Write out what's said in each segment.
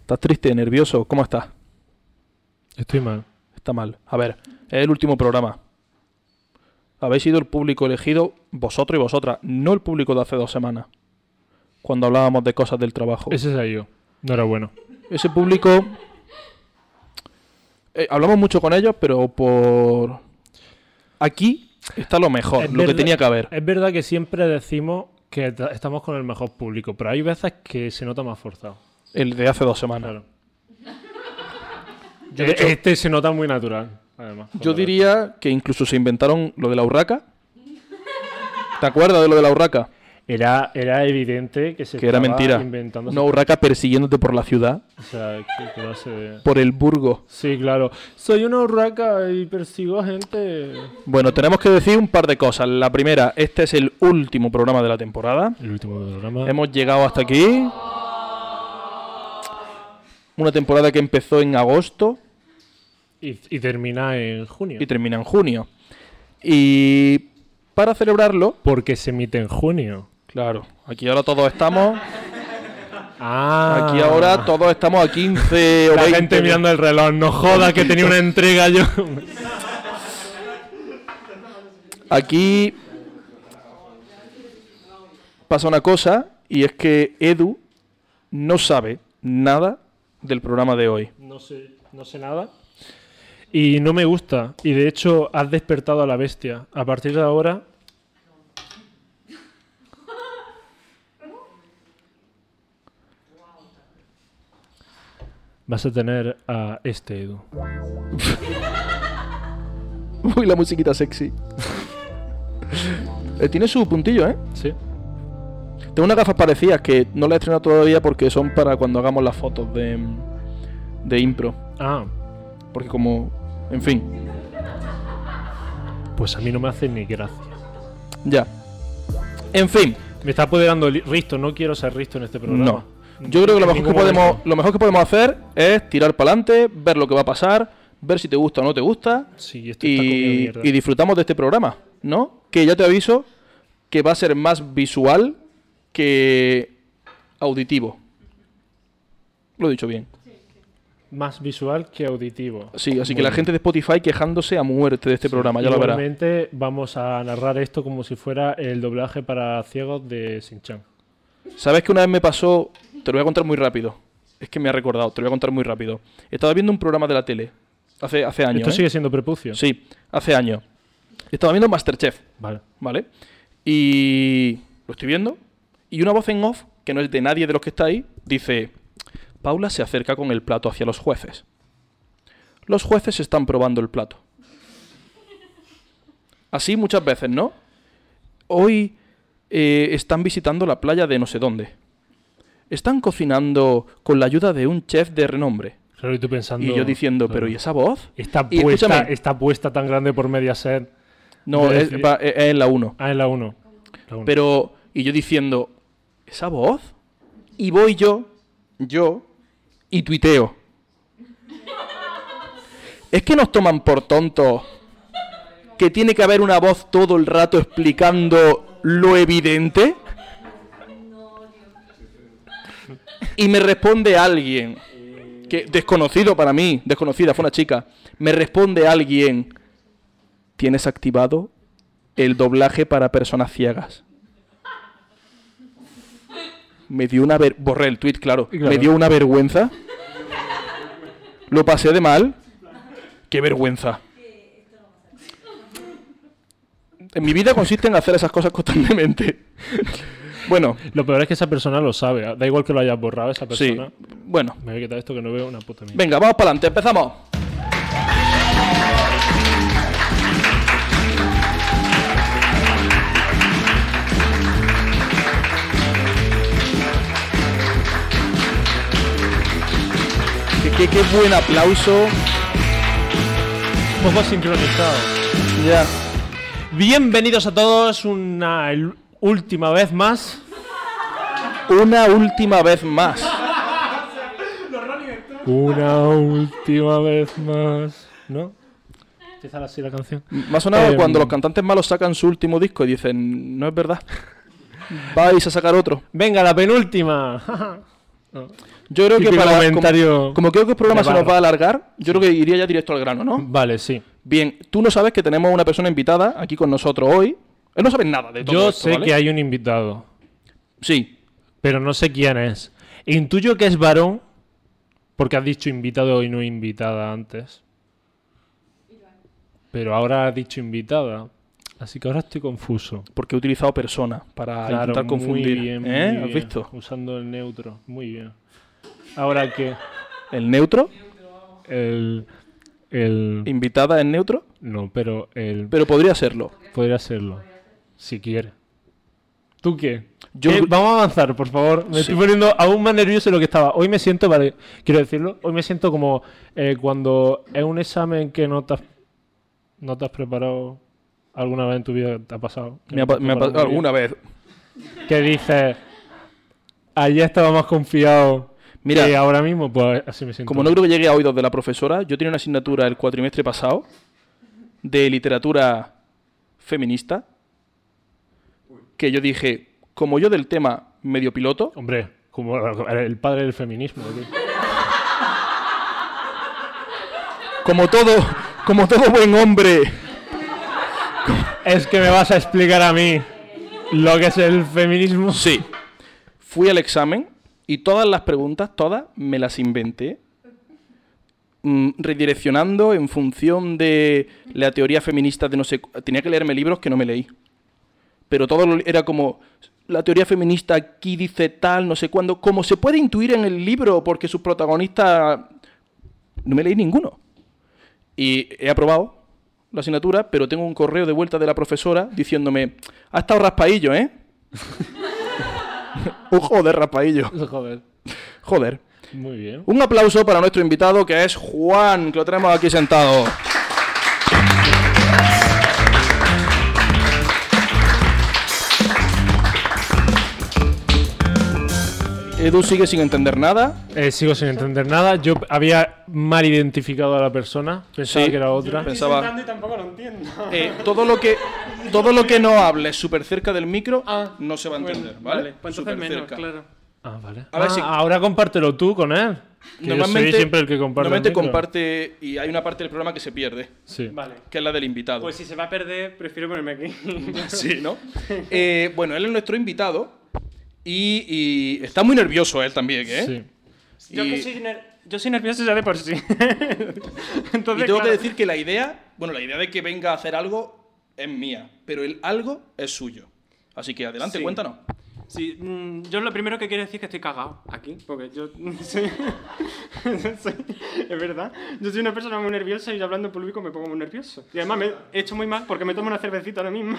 ¿Estás triste, nervioso? ¿Cómo estás? Estoy mal. Está mal. A ver, es el último programa. Habéis sido el público elegido vosotros y vosotras, no el público de hace dos semanas, cuando hablábamos de cosas del trabajo. Ese era yo. No era bueno. Ese público... eh, hablamos mucho con ellos, pero por... Aquí está lo mejor, Es lo que verdad- tenía que haber. Es verdad que siempre decimos que ta- estamos con el mejor público, pero hay veces que se nota más forzado. El de hace dos semanas. Claro. Yo, de hecho- este se nota muy natural, además. Yo diría que incluso se inventaron lo de la urraca. ¿Te acuerdas de lo de la urraca? Era, era evidente que se Que era estaba mentira. inventando. Una urraca persiguiéndote por la ciudad, O sea, qué clase de- por el burgo. Sí, claro. Soy una urraca y persigo a gente. Bueno, tenemos que decir un par de cosas. La primera, este es el último programa de la temporada. El último programa. Hemos llegado hasta aquí. Una temporada que empezó en agosto Y, y termina en junio. y termina en junio. Y para celebrarlo, Porque se emite en junio. claro, aquí ahora todos estamos, Ah. aquí ahora todos estamos a 15 o La 20 gente mirando el reloj. No joda que tenía una entrega yo. Aquí pasa una cosa y es que Edu no sabe nada del programa de hoy. No sé, no sé nada. Y no me gusta. Y de hecho, has despertado a la bestia. A partir de ahora. Vas a tener a este Edu. Uy, la musiquita sexy. Eh, Tiene su puntillo, ¿eh? Sí. Tengo unas gafas parecidas que no las he estrenado todavía porque son para cuando hagamos las fotos de, de impro. Ah, Porque como... En fin, pues a mí no me hace ni gracia. ya. En fin, Me está apoderando el Risto. No quiero ser Risto en este programa. no. Yo creo que lo En mejor que, ningún momento. podemos, lo mejor que podemos hacer es tirar para adelante, ver lo que va a pasar, ver si te gusta o no te gusta. Sí, esto está comido y, mierda. y disfrutamos de este programa, ¿no? Que ya te aviso que va a ser más visual que auditivo. Lo he dicho bien. Más visual que auditivo. Sí, así Muy que la bien. gente de Spotify quejándose a muerte de este programa, ya lo verás. Igualmente vamos a narrar esto como si fuera el doblaje para ciegos de Sinchan. ¿Sabes que una vez me pasó? Te lo voy a contar muy rápido. Es que me ha recordado, te lo voy a contar muy rápido. Estaba viendo un programa de la tele hace, hace años. Esto ¿eh? sigue siendo prepucio. Sí, hace años. Estaba viendo Masterchef. Vale. ¿vale? Y lo estoy viendo. Y una voz en off, que no es de nadie de los que está ahí, dice, Paula se acerca con el plato hacia los jueces. Los jueces están probando el plato. Así muchas veces, ¿no? Hoy eh, están visitando la playa de no sé dónde. Están cocinando con la ayuda de un chef de renombre. Claro, y tú pensando. Y yo diciendo, claro. pero ¿y esa voz? Está Y puesta, escúchame. está puesta tan grande por media set. No, es, Deci- va- e, es- es la 1. Ah, en la 1. La uno. Pero, y yo diciendo, ¿esa voz? Y voy yo, yo, y tuiteo. Es que nos toman por tontos. Que tiene que haber una voz todo el rato explicando lo evidente. Y me responde alguien, que desconocido para mí, desconocida, fue una chica. Me responde alguien, ¿tienes activado el doblaje para personas ciegas. Me dio una ver... Borré el tweet, claro. Claro. Me dio una vergüenza. Lo pasé de mal. Qué vergüenza. En mi vida consiste en hacer esas cosas constantemente. bueno, Lo peor es que esa persona lo sabe. Da igual que lo hayas borrado esa sí. persona. Bueno, Me voy a quitar esto que no veo una puta mierda. venga, vamos para adelante. Empezamos. Qué, qué- qué buen aplauso. Un poco sincronizado. Ya. Bienvenidos a todos una el- última vez más. Una última vez más. Una última vez más. ¿No? Empieza así la canción. Me ha sonado Em. cuando los cantantes malos sacan su último disco y dicen, no es verdad. Vais a sacar otro. Venga, la penúltima. No. Yo creo que Típico para. comentario Como, como creo que el programa de se nos barra. va a alargar, yo creo que iría ya directo al grano, ¿no? Vale, sí. Bien, tú no sabes que tenemos una persona invitada aquí con nosotros hoy. Él no sabe nada de todo Yo esto, sé ¿vale? que hay un invitado, Sí, pero no sé quién es. Intuyo que es varón, porque has dicho invitado y no invitada antes. Pero ahora has dicho invitada, así que ahora estoy confuso. porque he utilizado persona para Claro, intentar muy confundir. bien, muy ¿Eh? ¿Has bien. visto? Usando el neutro, muy bien. Ahora que ¿El neutro? el... el ¿Invitada en neutro? no, pero el... Pero podría serlo. Podría hacerlo, si quiere. ¿Tú qué? Yo- Eh, vamos a avanzar, por favor. Me Sí. estoy poniendo aún más nervioso de lo que estaba. Hoy me siento, vale, quiero decirlo, hoy me siento como eh, cuando es un examen que no te has, no te has preparado alguna vez en tu vida, te ha pasado. que Me ha, no te pa- has me ha preparado pasado muy bien, alguna vez. Que dices, ayer estaba más confiado Mira. que ahora mismo, pues así me siento. Como no creo que llegue a oídos de la profesora, yo tenía una asignatura el cuatrimestre pasado de literatura feminista que yo dije, como yo del tema medio piloto, Hombre, como el padre del feminismo. tío. como todo, como todo buen hombre, Es que me vas a explicar a mí lo que es el feminismo. sí, fui al examen y todas las preguntas, todas, me las inventé. mm, Redireccionando en función de la teoría feminista de no sé. cu- Tenía que leerme libros que no me leí. pero todo lo- era como la teoría feminista aquí dice tal, no sé cuándo, como se puede intuir en el libro, porque sus protagonistas no me leí ninguno. Y he aprobado la asignatura, pero tengo un correo de vuelta de la profesora diciéndome, ha estado raspaillo, ¿eh? un joder, raspaillo. Joder. Joder. Muy bien. Un aplauso para nuestro invitado que es Juan, que lo tenemos aquí sentado. Edu sigue sin entender nada. Eh, sigo sin entender nada. Yo había mal identificado a la persona. Pensaba Sí. Ah, que era otra. Pensaba intentando y tampoco lo entiendo. eh, todo lo que todo lo que no hables súper cerca del micro no se va a entender, ¿vale? Ah. Pues entonces Súper menos, cerca. claro. Ah, vale. A ver Ah, si- Ahora compártelo tú con él. que yo Normalmente, soy siempre el que comparte. el normalmente micro. comparte y hay una parte del programa que se pierde, Sí. Vale. que es la del invitado. Pues si se va a perder, prefiero ponerme aquí. Sí, ¿no? Eh, bueno, él es nuestro invitado y, y está muy nervioso él también, ¿eh? Sí. Yo, que Y- soy ner- yo soy nervioso ya de por sí. Entonces, Y tengo que claro, decir que la idea, bueno, la idea de que venga a hacer algo es mía, pero el algo es suyo. Así que adelante, Sí. cuéntanos. sí, mm, yo lo primero que quiero decir es que estoy cagado aquí, porque yo soy- soy- Es verdad. Yo soy una persona muy nerviosa y hablando en público me pongo muy nervioso. Y además me he hecho muy mal porque me tomo una cervecita ahora mismo.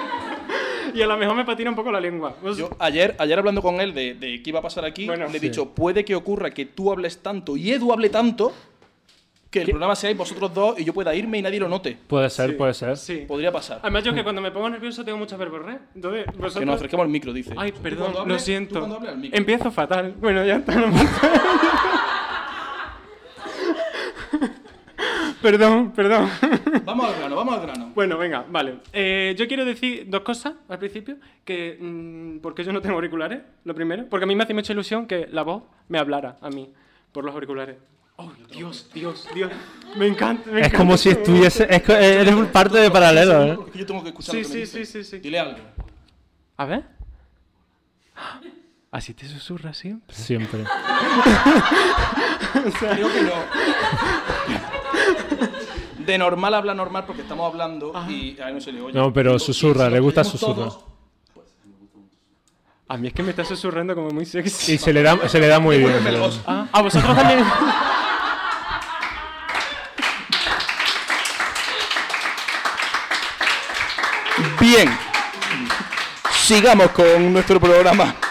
y a lo mejor me patina un poco la lengua. Pues- Yo ayer, ayer hablando con él de, de qué iba a pasar aquí, Bueno, le he sí. dicho, puede que ocurra que tú hables tanto y Edu hable tanto que el programa seáis vosotros dos y yo pueda irme y nadie lo note. Puede ser, puede ser. sí. Podría pasar. Además, yo que cuando me pongo nervioso tengo mucha verborrea. Entonces, Que nos vosotros... acerquemos al micro, dice. Ay, Tú perdón, cuando lo hables- tú cuando siento. hables al micro. Empiezo fatal. Bueno, ya está. no me- perdón, perdón. Vamos al grano, vamos al grano. Bueno, venga, vale. Eh, yo quiero decir dos cosas al principio. Que, mm, porque yo no tengo auriculares, lo primero. Porque a mí me hace mucha ilusión que la voz me hablara a mí por los auriculares. Oh, Dios, Dios, Dios. Me encanta, me Es encanta como si este momento. estuviese. Es, co- eh, eres un parte de paralelo, ¿eh? Porque yo tengo que escuchar Sí, lo que sí, me dice. sí, sí, sí. Dile algo. A ver. Así te susurra siempre. Siempre. Creo que no. De normal habla normal porque estamos hablando y a él no se le oye. No, pero Y- y susurra, si le nos gusta reímos susurrar. todos, A mí es que me está susurrando como muy sexy. Y se le da, se le da muy bien. devuélveme el oso. Ah, a vosotros también. Bien. Sigamos con nuestro programa.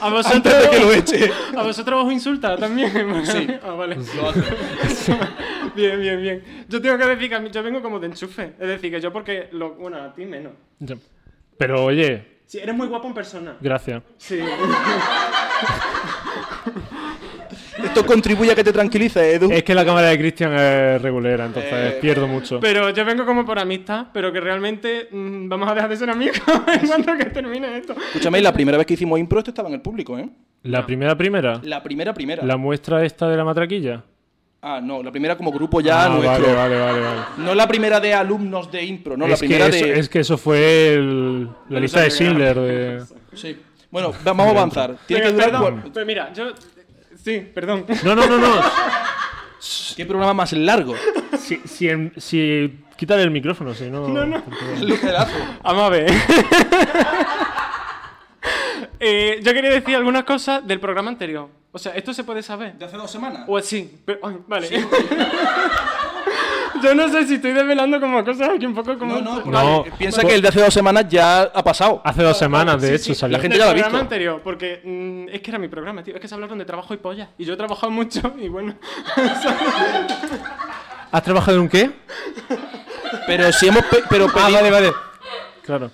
A Antes vosotros. de que lo eche. A vosotros os insulta también. Sí. Ah, vale. Lo hace. Bien, bien, bien. Yo tengo que decir que a mí- yo vengo como de enchufe. Es decir, que yo porque. Lo, bueno, a ti menos. Pero oye, Sí, eres muy guapo en persona. gracias. Sí. esto contribuye a que te tranquilices, Edu. Es que la cámara de Cristian es regulera, entonces pierdo mucho. Pero yo vengo como por amistad, pero que realmente mm, vamos a dejar de ser amigos en cuanto que termine esto. Escúchame, la primera vez que hicimos impro, esto estaba en el público, ¿eh? La primera, primera. La primera, primera. La muestra esta de la matraquilla. Ah, no, la primera como grupo ya Ah, nuestro. vale, vale, vale, vale. No la primera de alumnos de impro, no, la es, que primera eso, de. es que eso fue el- la lista de Schindler. De... Sí. Bueno, va- vamos a avanzar. Tiene que Venga, durar. perdón, cua- Pues mira, yo. Sí, perdón. No, no, no, no. ¿Qué programa más largo? si, si, en- si- quítale el micrófono, si no. No, no. Lucerazo. Vamos a ver. Eh, yo quería decir algunas cosas del programa anterior. O sea, esto se puede saber. ¿De hace dos semanas? O así. Pues Pero, ay, vale. yo no sé si estoy desvelando como cosas aquí un poco como. No, no, No. vale. Piensa que Ah. el de hace dos semanas ya ha pasado. Hace dos semanas, de Sí, hecho, sí, salió. la gente- del ya lo ha programa visto. anterior, porque mm, es que era mi programa, tío. Es que se hablaron de trabajo y polla. Y yo he trabajado mucho y bueno. ¿Has trabajado en un qué? Pero si hemos. pe- pero pedi- Claro.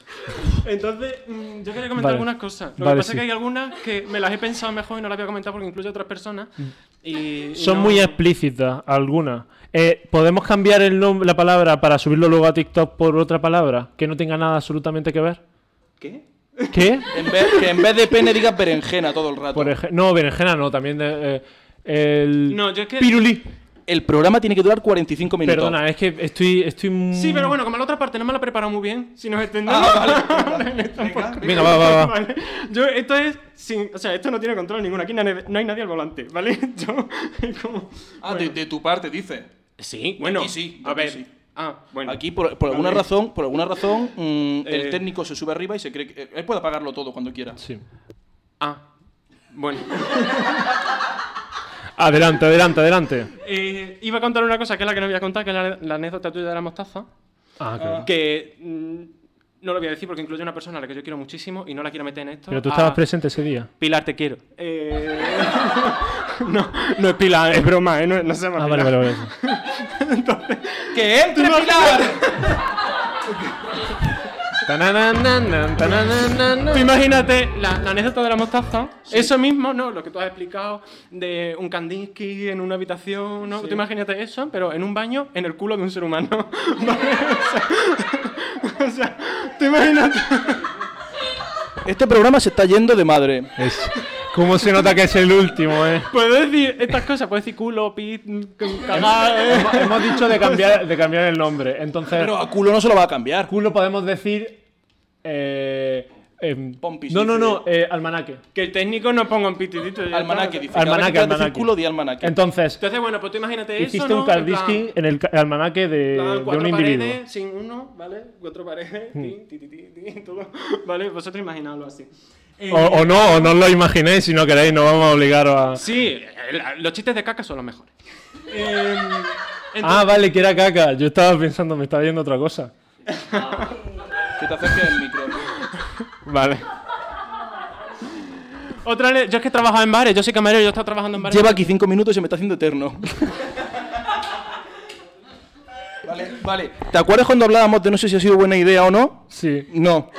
Entonces, mm, yo quería comentar Vale. algunas cosas. Lo Vale, que pasa sí. es que hay algunas que me las he pensado mejor y no las voy a comentar porque incluye a otras personas. Mm. Y, y Son no- muy explícitas, algunas. Eh, ¿Podemos cambiar el nom- la palabra para subirlo luego a TikTok por otra palabra que no tenga nada absolutamente que ver? ¿Qué? ¿Qué? En vez, que en vez de pene digas berenjena todo el rato. Por ej- no, berenjena no, también de, eh, el No, yo es que- pirulí. El programa tiene que durar 45 minutos. Perdona, es que estoy estoy muy- Sí, pero bueno, como la otra parte no me la he preparado muy bien, si nos extendemos. Ah, vale. Vale, tampoco. Venga, va, va, va. Vale. Yo, esto es. Sin, o sea, esto no tiene control ninguno. Aquí na- no hay nadie al volante, ¿vale? Yo. es como. Ah, de, de tu parte, dice. Sí, bueno. aquí sí, a aquí ver. sí. Ah, bueno. Aquí, por, por alguna Vale. razón, por alguna razón, mm, el Eh. técnico se sube arriba y se cree que. eh, Él puede apagarlo todo cuando quiera. Sí. Ah, bueno. Adelante, adelante, adelante. Eh, iba a contar una cosa que es la que no voy a contar, que es la, la anécdota tuya de la mostaza. Ah, claro. Que. mm, no lo voy a decir porque incluye a una persona a la que yo quiero muchísimo y no la quiero meter en esto. Pero tú Ah, estabas presente ese día. Pilar, te quiero. Eh, no, no es Pilar, es broma, ¿eh? No, no se llama Ah, vale, Pilar. vale, vale. Entonces, ¡Que entre Pilar! Tanananan, tanananan. tú imagínate la, la anécdota de la mostaza. Eso mismo, ¿no? Lo que tú has explicado de un Kandinsky en una habitación, ¿no? Tú imagínate eso, pero en un baño, en el culo de un ser humano. ¿Vale? O sea, o sea, tú imagínate... Este programa se está yendo de madre. Es- ¿Cómo se nota que es el último, eh? Puedo decir estas cosas, puedo decir culo, pit, cagada, ¿eh? Ah, Hemos, hemos dicho de cambiar, de cambiar el nombre. Entonces, Pero a culo no se lo va a cambiar. culo podemos decir. Eh, em, Pompis, no, no, dice. no, eh, almanaque. Que el técnico no ponga un pitidito. ya está. Almanaque, dice. Cada vez que Almanaque, quieras decir almanaque. culo, di almanaque. Entonces, Entonces, bueno, pues tú imagínate eso, hiciste ¿no? un En plan- Kandinsky en el ca- almanaque de, Plan, de Mm. cuatro un individuo. paredes sin uno, ¿vale? Cuatro paredes, tin, ti, ti, ti, ti, todo. ¿Vale? Vosotros imaginadlo así. Eh, O, o no, o no os lo imaginéis si no queréis, no vamos a obligar a. Sí, el- los chistes de caca son los mejores. Eh, entonces- Ah, vale, que era caca. Yo estaba pensando, me está viendo otra cosa. Que te acerques el micro. Vale. Otra vez, yo es que he trabajado en bares, yo soy camarero, Ah. yo he estado trabajando en bares. Lleva aquí cinco minutos y se me está haciendo eterno. vale, vale. ¿Te acuerdas cuando hablábamos de no sé si ha sido buena idea o no? Sí. No.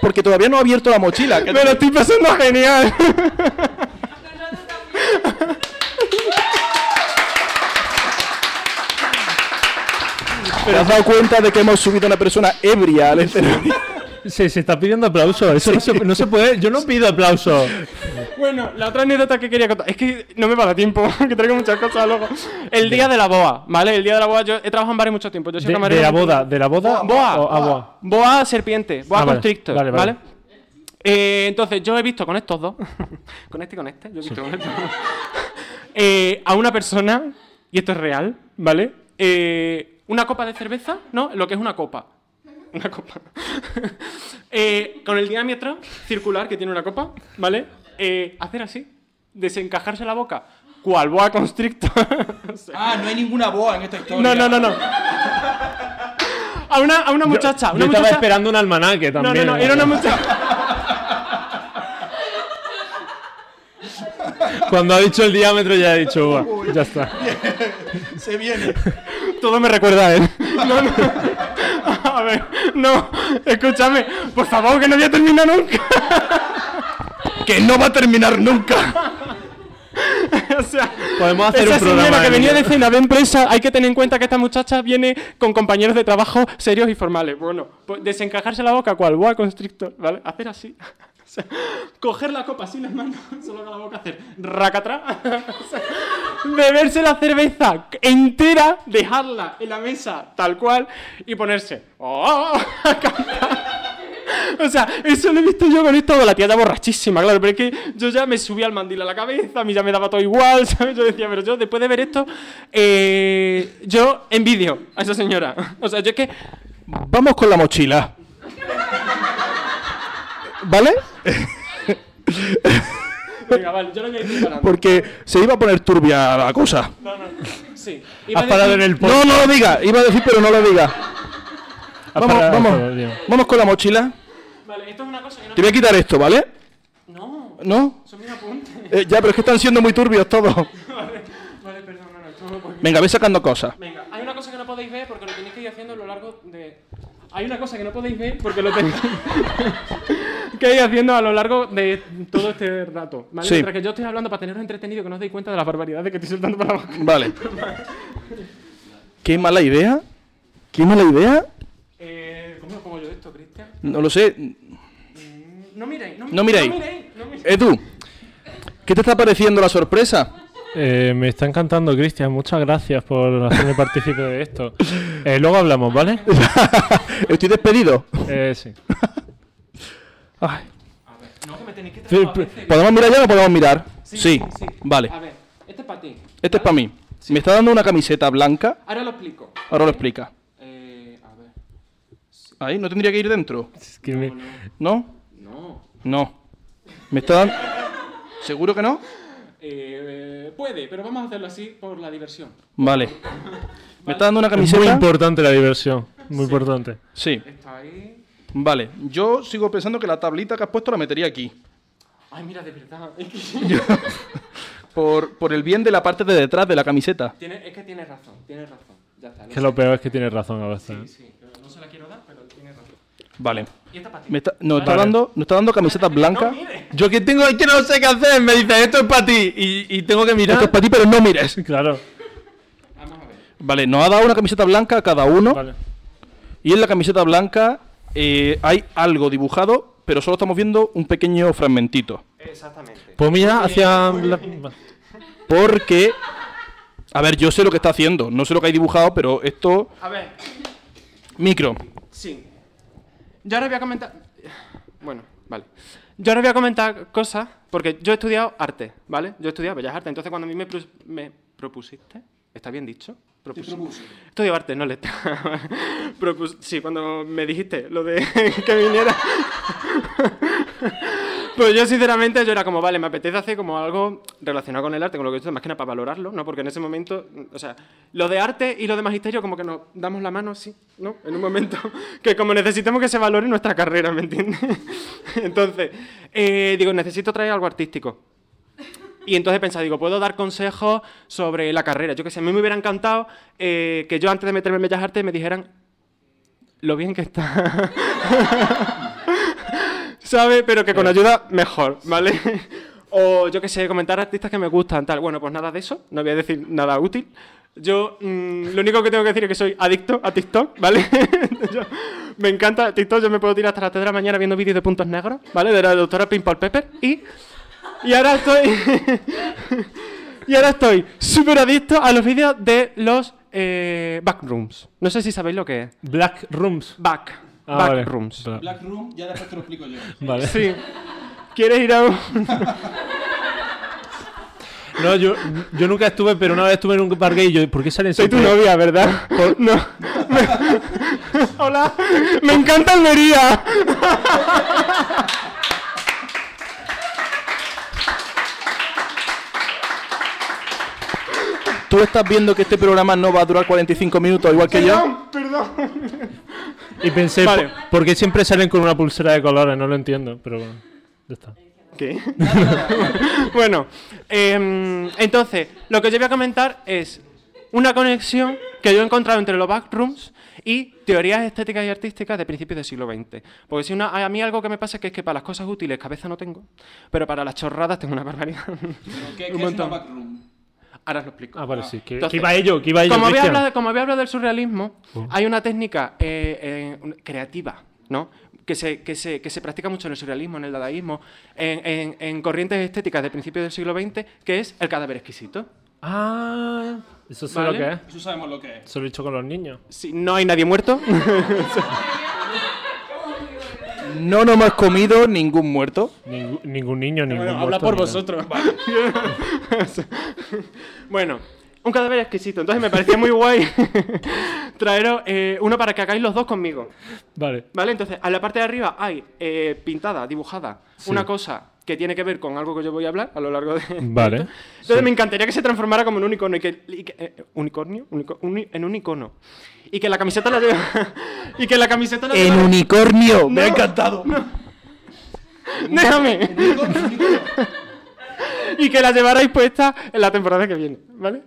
Porque todavía no ha abierto la mochila. que- Me lo estoy pasando genial. ¿Te has dado cuenta de que hemos subido a una persona ebria al escenario? Se, se está pidiendo aplauso. Eso no, se, no se puede. Yo no pido aplauso. Bueno, la otra anécdota que quería contar. Es que no me va a dar tiempo, que traigo muchas cosas luego. El día de la boa, ¿vale? El día de la boa, yo he trabajado en bares mucho tiempo. Yo soy De, camarero. de la boda. ¿De la boda? Boa, o- ah, boa. boa. Boa serpiente, boa Ah, vale, constrictor, vale, ¿vale? vale. Eh, entonces, yo he visto con estos dos, con este y con este, yo he visto con estos dos, eh, a una persona, y esto es real, ¿vale? Eh, una copa de cerveza, ¿no? Lo que es una copa. Una copa. Eh, con el diámetro circular que tiene una copa, ¿vale? Eh, hacer así, desencajarse la boca, cual boa constrictor. O sea, Ah, no hay ninguna boa en esta historia. no, no, no, no. A una, a una muchacha. Yo una estaba muchacha- esperando un almanaque No, también. no, no, era una muchacha. Cuando ha dicho el diámetro ya he dicho, "Buah, ya está. Se viene. Todo me ¿eh? recuerda a él. No, no. A ver, no, escúchame. Por favor, que no voy a terminar nunca. Que no va a terminar nunca. o sea, Podemos hacer esa un programa señora de que venía de niños. cena de empresa, hay que tener en cuenta que esta muchacha viene con compañeros de trabajo serios y formales. Bueno, pues desencajarse la boca cual boa constrictor, ¿vale? Hacer así. O sea, coger la copa así en las manos, solo con la boca hacer racatrá. O sea, beberse la cerveza entera, dejarla en la mesa tal cual y ponerse. ¡Oh! a cantar. O sea, eso lo he visto yo con esto de la tía ya borrachísima, claro, pero es que yo ya me subía al mandil a la cabeza, a mí ya me daba todo igual, ¿sabes? Yo decía, pero yo después de ver esto, eh, yo envidio a esa señora. O sea, yo es que Vamos con la mochila. ¿Vale? Venga, vale, yo no voy a ir disparando. Porque se iba a poner turbia la cosa. No, no. Sí. Iba Has a parado en decir- el podcast. No, no lo diga. Ah, Iba a decir, pero no lo diga. Has Vamos, parado en el vamos. podcast, tío. Vamos con la mochila. Vale, esto es una cosa que no. Te voy a quitar esto, ¿vale? No, ¿No? son mis apuntes. Eh, ya, pero es que están siendo muy turbios todos. Vale, vale, perdón, no, no, esto no lo puedo Venga, ve sacando cosas. Venga, hay una cosa que no podéis ver porque lo tenéis que ir haciendo a lo largo de. Hay una cosa que no podéis ver porque lo tenéis que ir haciendo a lo largo de todo este rato. ¿vale? Sí. Mientras que yo estoy hablando para teneros entretenido que no os deis cuenta de las barbaridades que estoy soltando para abajo. Vale. Qué mala idea. Qué mala idea. Eh, ¿Cómo lo pongo yo esto, Cristian? No lo sé. No miréis, no, No miréis. Eh, No miréis, no miréis. Edu, ¿qué te está pareciendo la sorpresa? Eh, me está encantando, Cristian. Muchas gracias por hacerme partícipe de esto. Eh, luego hablamos, ¿vale? Estoy despedido. Eh, sí. Ay. No, que me tenéis que traer. a veces. ¿Podemos mirar ya o no podemos mirar? eh, pues, Sí, vale. A ver, este es para ti. Este es para mí. Me está dando una camiseta blanca. Ahora lo explico. Ahora lo explica. Eh, a ver. Ahí, ¿no tendría que ir dentro? Es que me- ¿No? No. No. Me está dando... ¿Seguro que no? Eh, puede, pero vamos a hacerlo así por la diversión. Vale. Me está dando una Es muy camiseta... importante la diversión. Muy importante. Sí, Está ahí. vale. Yo sigo pensando que la tablita que has puesto la metería aquí. Ay, mira, de verdad. Es que, Por, por el bien de la parte de detrás de la camiseta. tiene, es que tienes razón, tienes razón. Ya está. Que lo peor es que tienes razón a veces. Sí, pero no se la quiero dar, pero tienes razón. Vale. Y esta para ti. Me está, nos, está Vale. dando, nos está dando camisetas blancas. No mires. Yo que tengo es que no sé qué hacer. Me dice, esto es para ti. Y, y tengo que mirar. Esto es para ti, pero no mires. Claro. Vamos a ver. Vale, nos ha dado una camiseta blanca a cada uno. Vale. Y en la camiseta blanca eh, hay algo dibujado, pero solo estamos viendo un pequeño fragmentito. Exactamente. Pues mira, hacia. la- Porque. A ver, yo sé lo que está haciendo. No sé lo que hay dibujado, pero esto. A ver, Micro. sí. Yo ahora voy a comentar. Bueno, vale. Yo ahora voy a comentar cosas, porque yo he estudiado arte, ¿vale? Yo he estudiado Bellas Artes, entonces cuando a mí me, pros- me propusiste, ¿está bien dicho? Propusiste. Estudio arte, no letra. Propus- sí, cuando me dijiste lo de que viniera. Pues yo sinceramente yo era como, vale, me apetece hacer como algo relacionado con el arte, con lo que he hecho, más que nada para valorarlo, ¿no? Porque en ese momento, o sea, lo de arte y lo de magisterio como que nos damos la mano, sí, ¿no? En un momento que como necesitamos que se valore nuestra carrera, ¿me entiendes? Entonces, eh, digo, necesito traer algo artístico. Y entonces pensaba, digo, puedo dar consejos sobre la carrera. Yo que sé, a mí me hubiera encantado eh, que yo antes de meterme en Bellas Artes me dijeran lo bien que está. ¿Sabes? Pero que con ayuda mejor, ¿vale? O yo que sé, comentar artistas que me gustan, tal. Bueno, pues nada de eso, no voy a decir nada útil. Yo mm, lo único que tengo que decir es que soy adicto a TikTok, ¿vale? Yo- me encanta TikTok, yo me puedo tirar hasta las 3 de la mañana viendo vídeos de puntos negros, ¿vale? De la doctora Pimple Pepper y... Y ahora estoy. y ahora estoy súper adicto a los vídeos de los eh, backrooms. No sé si sabéis lo que es. Black Rooms. Back. Ah, vale. backrooms. Bla- Black Room, ya después te lo explico yo. Vale. Sí. ¿Quieres ir a un.? No, yo, yo nunca estuve, pero una vez estuve en un bar gay y yo, ¿por qué salen Soy tu siempre- novia, ¿verdad? No. Me- Hola. Me encanta Almería. Tú estás viendo que este programa no va a durar 45 minutos, igual que yo. Perdón, perdón. Y pensé, Vale. "¿Por- ¿por qué siempre salen con una pulsera de colores? No lo entiendo, pero bueno, ya está. ¿Qué? bueno, em, entonces, lo que yo voy a comentar es una conexión que yo he encontrado entre los backrooms y teorías estéticas y artísticas de principios del siglo XX. Porque si una, a mí algo que me pasa es que, es que para las cosas útiles cabeza no tengo, pero para las chorradas tengo una barbaridad. ¿Qué, qué Un es una montón. back room? Ahora os lo explico. Ah, vale, sí. Que, Entonces, que iba ello, que iba ello. como, había Cristian. hablado, como había hablado del surrealismo, hay una técnica eh, eh, un- creativa, ¿no? Que se, que, se, que se practica mucho en el surrealismo, en el dadaísmo, en, en- en corrientes estéticas de principios del siglo XX, que es el cadáver exquisito. Ah, eso sé lo Vale. que es. Eso sabemos lo que es. Eso lo he hecho con los niños. Si no hay nadie muerto, No nos hemos comido ningún muerto. Ningú- ningún niño, ningún. Bueno, habla muerto, por ni nada. vosotros. bueno, un cadáver exquisito. Entonces me parecía muy guay traeros eh, uno para que hagáis los dos conmigo. Vale. Vale, entonces, a la parte de arriba hay eh, pintada, dibujada, una cosa que tiene que ver con algo que yo voy a hablar a lo largo de... Vale, esto. Entonces sí. me encantaría que se transformara como en un icono y que... y que- eh, ¿Unicornio? Unico- uni- en un icono. Y que la camiseta la lleva... y que la camiseta la ¡En lleva- unicornio! No. ¡Me ha encantado! ¡Déjame! y que la llevarais puesta en la temporada que viene, ¿vale?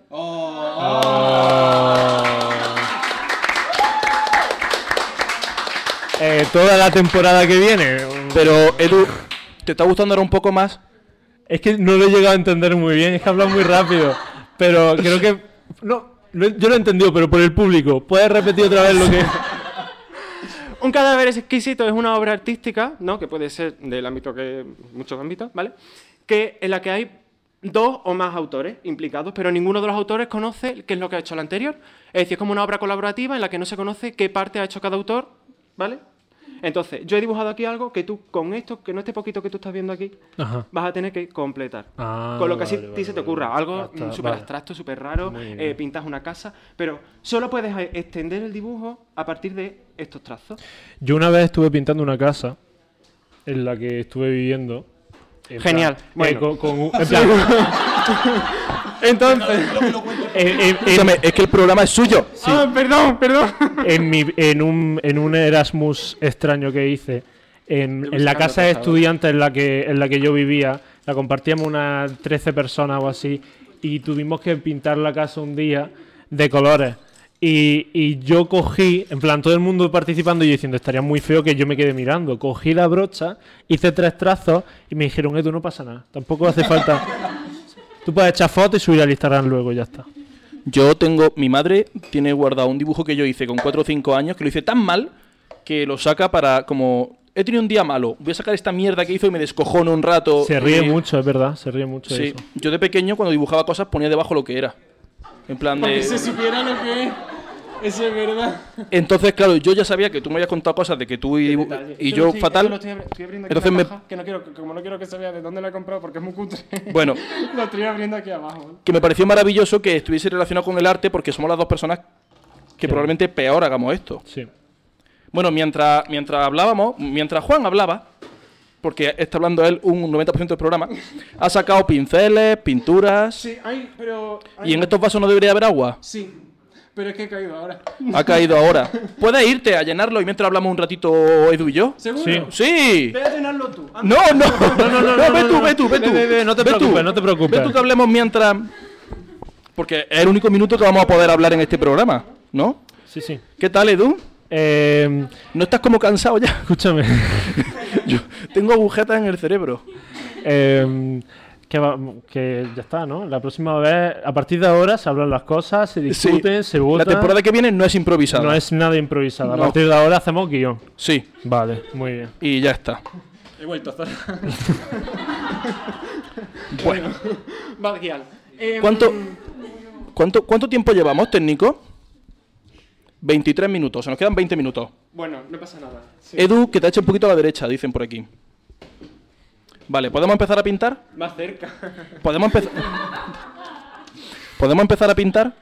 Eh, toda la temporada que viene. Pero, Edu, ¿te está gustando ahora un poco más? Es que no lo he llegado a entender muy bien, es que hablas muy rápido. Pero creo que. No, lo he- yo lo he entendido, pero por el público. ¿Puedes repetir otra vez lo que.? Un cadáver es exquisito es una obra artística, ¿no? Que puede ser del ámbito que. muchos ámbitos, ¿vale? Que en la que hay dos o más autores implicados, pero ninguno de los autores conoce qué es lo que ha hecho el anterior. Es decir, es como una obra colaborativa en la que no se conoce qué parte ha hecho cada autor, ¿vale? Entonces, yo he dibujado aquí algo que tú, con esto, que no este poquito que tú estás viendo aquí, Ajá. vas a tener que completar. Ah, con lo que así vale, ti vale, se te vale. ocurra, Ya algo está, mm, súper vale. abstracto, súper raro, Muy bien. eh, pintas una casa, pero solo puedes eh, extender el dibujo a partir de estos trazos. Yo una vez estuve pintando una casa en la que estuve viviendo. en Genial, plan, eh, bueno. con- con un- en plan- Entonces. en- en- en- Escúchame, es que el programa es suyo. Ah, perdón, perdón. en, mi- en un, en un Erasmus extraño que hice, en, en la buscando casa de cosas, estudiantes en la, que, en la que yo vivía, la compartíamos unas 13 personas o así, y tuvimos que pintar la casa un día de colores. Y, y yo cogí, en plan, todo el mundo participando y yo diciendo, estaría muy feo que yo me quede mirando. Cogí la brocha, hice tres trazos y me dijeron, tú no pasa nada, tampoco hace falta. Tú puedes echar fotos y subir al Instagram luego, y ya está. Yo tengo. Mi madre tiene guardado un dibujo que yo hice con 4 o 5 años, que lo hice tan mal que lo saca para como. He tenido un día malo, voy a sacar esta mierda que hizo y me descojono un rato. Se ríe Y- mucho, es verdad, se ríe mucho. de Sí, eso. yo de pequeño cuando dibujaba cosas ponía debajo lo que era. En plan Para que se de... supiera lo que es. Eso es verdad. Entonces, claro, yo ya sabía que tú me habías contado cosas de que tú y, y yo fatal. Entonces Entonces me- que no quiero, como no quiero que se vea de dónde lo he comprado porque es muy cutre. Bueno, lo estoy abriendo aquí abajo. que me pareció maravilloso que estuviese relacionado con el arte porque somos las dos personas que probablemente peor hagamos esto. Sí. Bueno, mientras, mientras hablábamos, mientras Juan hablaba, porque está hablando él un 90% del programa, ha sacado pinceles, pinturas. Sí, ay, pero. ay, Y en estos vasos no debería haber agua. Sí, pero es que he caído ahora. Ha caído ahora. Puedes irte a llenarlo y mientras hablamos un ratito Edu y yo. ¿Seguro? Sí. Sí. Ve a llenarlo tú. anda. No, no, no, no, no, ve tú, ve tú, ve tú. Ve, ve, ve, no te Ve tú. preocupes, no te preocupes. Ve tú que hablemos mientras. Porque es el único minuto que vamos a poder hablar en este programa, ¿no? Sí, sí. ¿Qué tal, Edu? Eh, ¿No estás como cansado ya? escúchame. Yo tengo agujetas en el cerebro. Eh, que, va- que ya está, ¿no? La próxima vez, a partir de ahora, se hablan las cosas, se Sí. discuten, se La votan. temporada que viene no es improvisada. No es nada improvisado. No. A partir de ahora hacemos guión. Sí, Vale, muy bien. y ya está. He vuelto a estar. Bueno, Bad Gyal. Eh, ¿cuánto, cuánto, cuánto tiempo llevamos, técnico? 23 minutos, se nos quedan 20 minutos. Bueno, no pasa nada. Sí. Edu, que te ha hecho un poquito a la derecha, dicen por aquí. Vale, ¿podemos empezar a pintar? Más cerca. ¿Podemos empezar? ¿Podemos empezar a pintar?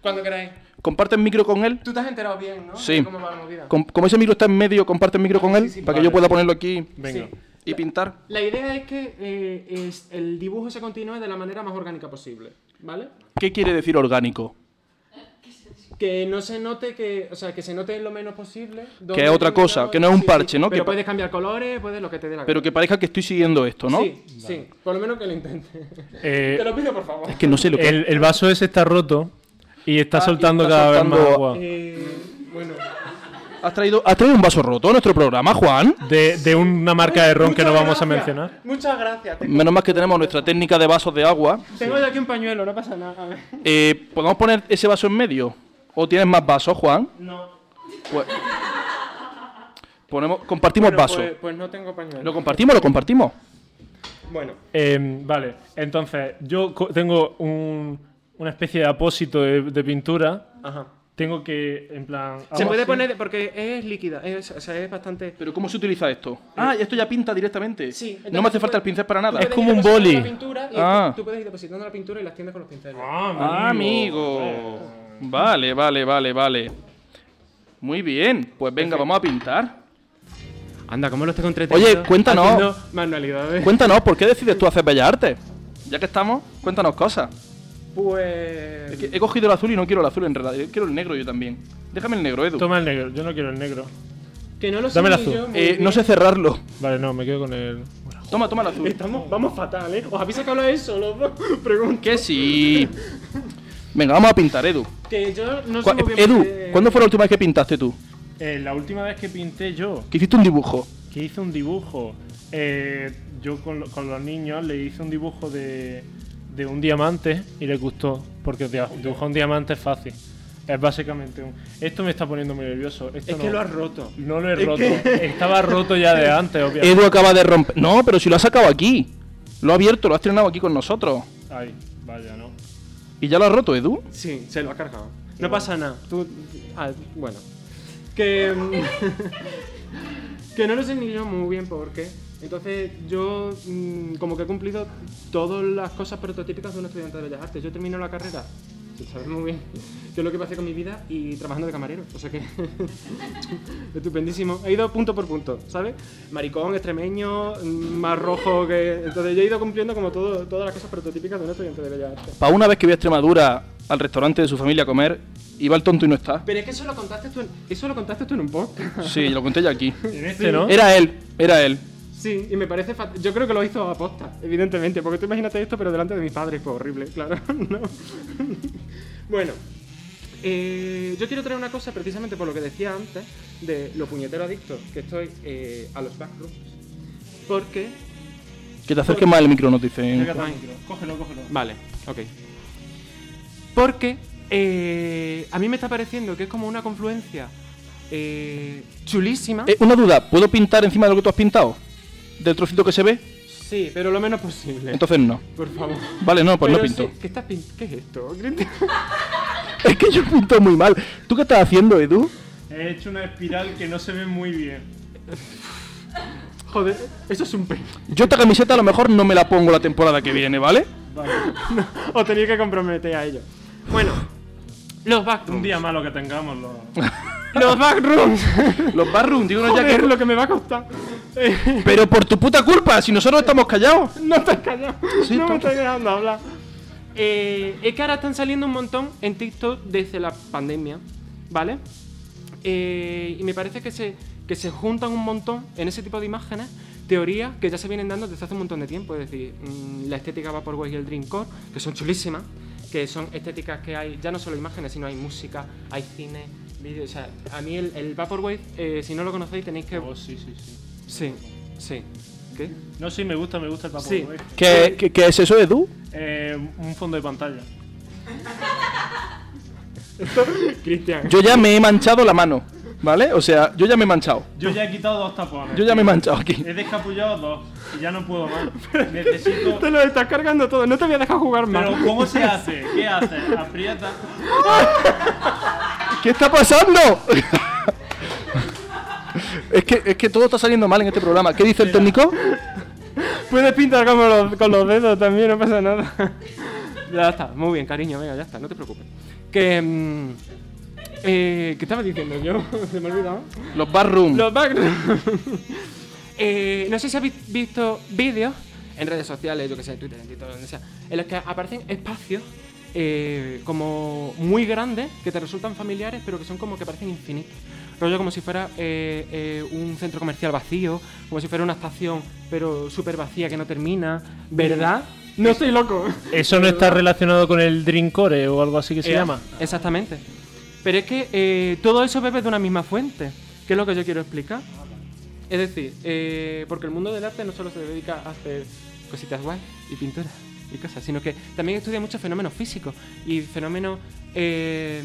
Cuando queráis. ¿Comparte el micro con él? Tú te has enterado bien, ¿no? Sí. De ¿Cómo va la movida? Com- como ese micro está en medio, comparte el micro con Ah, él para que yo pueda ponerlo aquí Venga. Sí. y pintar. La idea es que eh, es- el dibujo se continúe de la manera más orgánica posible, ¿vale? ¿Qué quiere decir orgánico? Que no se note que, o sea, que se note lo menos posible. Que es otra cosa, que no es un parche, ¿no? Pero Que pa- puedes cambiar colores, puedes lo que te dé la Pero que parezca que estoy siguiendo esto, ¿no? Sí, sí. Por lo menos que lo intente. Eh, Te lo pido, por favor. Es que no sé lo que... Ah, el, el vaso ese está roto y está soltando está cada soltando- vez más agua. Eh, bueno. ¿Has traído, ¿Has traído un vaso roto a nuestro programa, Juan? De, de una marca de ron que no Muchas vamos a gracias, mencionar. Muchas gracias. Te- Menos mal que tenemos nuestra técnica de vasos de agua. Tengo yo aquí un pañuelo, no pasa nada. A ver. Eh, ¿Podemos poner ese vaso en medio? ¿O tienes más vasos, Juan? No. Pues- ponemos, compartimos vasos. Pues, pues no tengo pañuelo. ¿Lo compartimos? ¿Lo compartimos? Bueno, Eh, vale, entonces yo co- tengo un- una especie de apósito de, de pintura. ajá. Tengo que, en plan. Se hago puede así. poner porque es líquida, es, o sea, es bastante. ¿Pero cómo se utiliza esto? Ah, y esto ya pinta directamente. Sí, entonces no me hace tú falta el puedes- pincel para nada. Tú Es puedes como ir un depositando boli. la pintura y Ah. Tú puedes ir depositando la pintura y las tiendas con los pinceles. Ah, Ah, amigo. Vale, vale, vale, vale. Muy bien. Pues venga, vamos a pintar. Anda, ¿cómo los tengo entretenidos? Oye, cuéntanos. Haciendo manualidades. Cuéntanos, ¿por qué decides tú hacer Bellas Artes? Ya que estamos, cuéntanos cosas. Pues. Es que he cogido el azul y no quiero el azul en realidad. Quiero el negro yo también. Déjame el negro, Edu. Toma el negro, yo no quiero el negro. Que no lo sé. Dame el ni azul. yo muy Eh, bien. no sé cerrarlo. Vale, no, me quedo con el. Bueno, Toma, toma el azul. Estamos, vamos fatal, ¿eh? ¿Os habéis sacado eso, los dos? Pregunta. Que sí. Venga, vamos a pintar, Edu. Que yo no sé Cu- muy bien. Edu, porque- ¿cuándo fue la última vez que pintaste tú? eh, la última vez que pinté yo, Que hiciste un dibujo. que hice un dibujo, eh, yo con, lo- con los niños le hice un dibujo de, de un diamante y les gustó, porque dia- dibujar un diamante es fácil. Es básicamente un... Esto me está poniendo muy nervioso. Esto Es que no- lo has roto. No lo he roto. Estaba roto ya de antes, obviamente. Edu acaba de romper. No, pero si lo has sacado aquí. Lo ha abierto, lo has estrenado aquí con nosotros. Ay, vaya, no. ¿Y ya lo has roto, Edu? Sí, se lo ha cargado. No pasa nada. Tú. ah, bueno. Que. mm, que no lo sé ni yo muy bien por qué. Entonces, yo. mm, como que he cumplido todas las cosas prototípicas de un estudiante de Bellas Artes. Yo termino la carrera. Sin saber muy bien qué es lo que pasé con mi vida y trabajando de camarero. O sea que. estupendísimo. He ido punto por punto, ¿sabes? Maricón, extremeño, mm, más rojo que. Entonces, yo he ido cumpliendo como todo, todas las cosas prototípicas de un estudiante de Bellas Artes. Para una vez que voy a Extremadura al restaurante de su familia a comer, y va el tonto y no está. Pero es que eso lo contaste tú en, eso lo contaste tú en un podcast. Sí, lo conté ya aquí. En este, ¿no? Era él, era él. Sí, y me parece fat- Yo creo que lo hizo aposta, evidentemente, porque tú imagínate esto, pero delante de mis padres fue horrible, claro. ¿no? bueno, eh, yo quiero traer una cosa precisamente por lo que decía antes de lo puñetero adicto que estoy eh, a los backrooms. Porque. Que te acerques más el micro, nos dicen. Cógelo, cógelo. Vale, ok. Porque eh, a mí me está pareciendo que es como una confluencia eh, chulísima. Eh, una duda, ¿puedo pintar encima de lo que tú has pintado? ¿Del trocito que se ve? Sí, pero lo menos posible. Entonces no. Por favor. Vale, no, pues no Pero pinto. sí, ¿qué, estás pin- ¿Qué es esto? Grindr? Es que yo pinto muy mal. ¿Tú qué estás haciendo, Edu? He hecho una espiral que no se ve muy bien. Joder, eso es un pez. Yo esta camiseta a lo mejor no me la pongo la temporada que viene, ¿vale? O tenía que comprometer a ello. Bueno, los Un backrooms. día malo que tengamos los... Los backrooms. Los barrooms, digo, no ya Joder, que... es lo que me va a costar. Eh, Pero por tu puta culpa, si nosotros estamos callados. no te has callado. Sí, no tonto. me estás dejando hablar. Eh, es que ahora están saliendo un montón en TikTok desde la pandemia, ¿vale? Eh, y me parece que se, que se juntan un montón en ese tipo de imágenes teorías que ya se vienen dando desde hace un montón de tiempo. Es decir, mm, la estética Vaporwave y el Dreamcore, que son chulísimas, que son estéticas que hay, ya no solo imágenes, sino hay música, hay cine, vídeo. O sea, a mí el, el Vaporwave, eh, si no lo conocéis, tenéis que. Oh, sí, sí, sí. Sí, sí. ¿Qué? No, sí, me gusta, me gusta el papel. Sí. ¿Qué, qué, qué es eso, Edu? Eh, un fondo de pantalla. Cristian. Yo ya me he manchado la mano, ¿vale? O sea, yo ya me he manchado. Yo ya he quitado dos tapones. Yo ya me he manchado aquí. He descapullado dos y ya no puedo más. Necesito... Te lo estás cargando todo, no te voy a dejar jugar más. Pero ¿cómo se hace? ¿Qué hace? Aprieta. ¿Qué está pasando? es, que, es que todo está saliendo mal en este programa. ¿Qué dice el técnico? Puedes pintar con los, con los dedos también, no pasa nada. ya está, muy bien, cariño, venga, ya está, no te preocupes. Que. mm, eh, ¿Qué estaba diciendo yo? Se me ha olvidado. Los barrooms. Los backgrounds. Eh, no sé si habéis visto vídeos en redes sociales, yo que sé, en Twitter, en TikTok, donde sea, en los que aparecen espacios eh, como muy grandes que te resultan familiares, pero que son como que parecen infinitos. Rollo como si fuera eh, eh, un centro comercial vacío, como si fuera una estación, pero súper vacía que no termina, ¿verdad? No estoy loco. ¿Eso no está relacionado con el Drinkcore o algo así que se Eh, llama? Exactamente. Pero es que eh, todo eso bebe de una misma fuente. ¿Qué es lo que yo quiero explicar? Es decir, eh, porque el mundo del arte no solo se dedica a hacer cositas guay y pinturas y cosas, sino que también estudia muchos fenómenos físicos y fenómenos eh,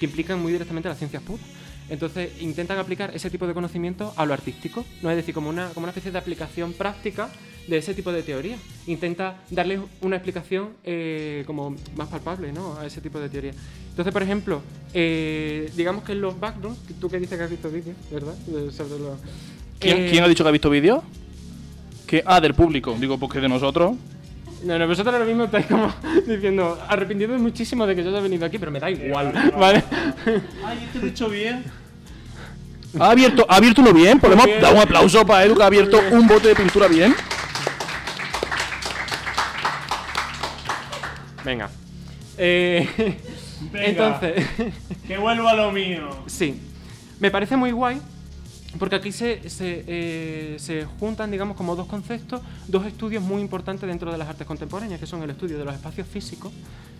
que implican muy directamente las ciencias puras. Entonces intentan aplicar ese tipo de conocimiento a lo artístico, no es decir, como una, como una especie de aplicación práctica de ese tipo de teoría. Intenta darles una explicación eh, como más palpable ¿no? a ese tipo de teoría. Entonces, por ejemplo, eh, digamos que los backgrounds, que tú que dices que has visto vídeos, ¿verdad? De- sobre los- ¿Quién, Eh, quién ha dicho que ha visto vídeos? Que, ah, del público. Digo, porque de nosotros. No, no, vosotros ahora mismo estáis como diciendo, arrepintiéndome muchísimo de que yo haya venido aquí, pero me da igual, ¿vale? Ay, esto lo he hecho bien. Ha abierto, ha abierto uno bien. Podemos dar un aplauso para Edu que ha abierto un bote de pintura bien. Venga. Eh, Venga. Entonces, Que vuelvo a lo mío. sí, me parece muy guay porque aquí se, se, eh, se juntan, digamos, como dos conceptos, dos estudios muy importantes dentro de las artes contemporáneas, que son el estudio de los espacios físicos,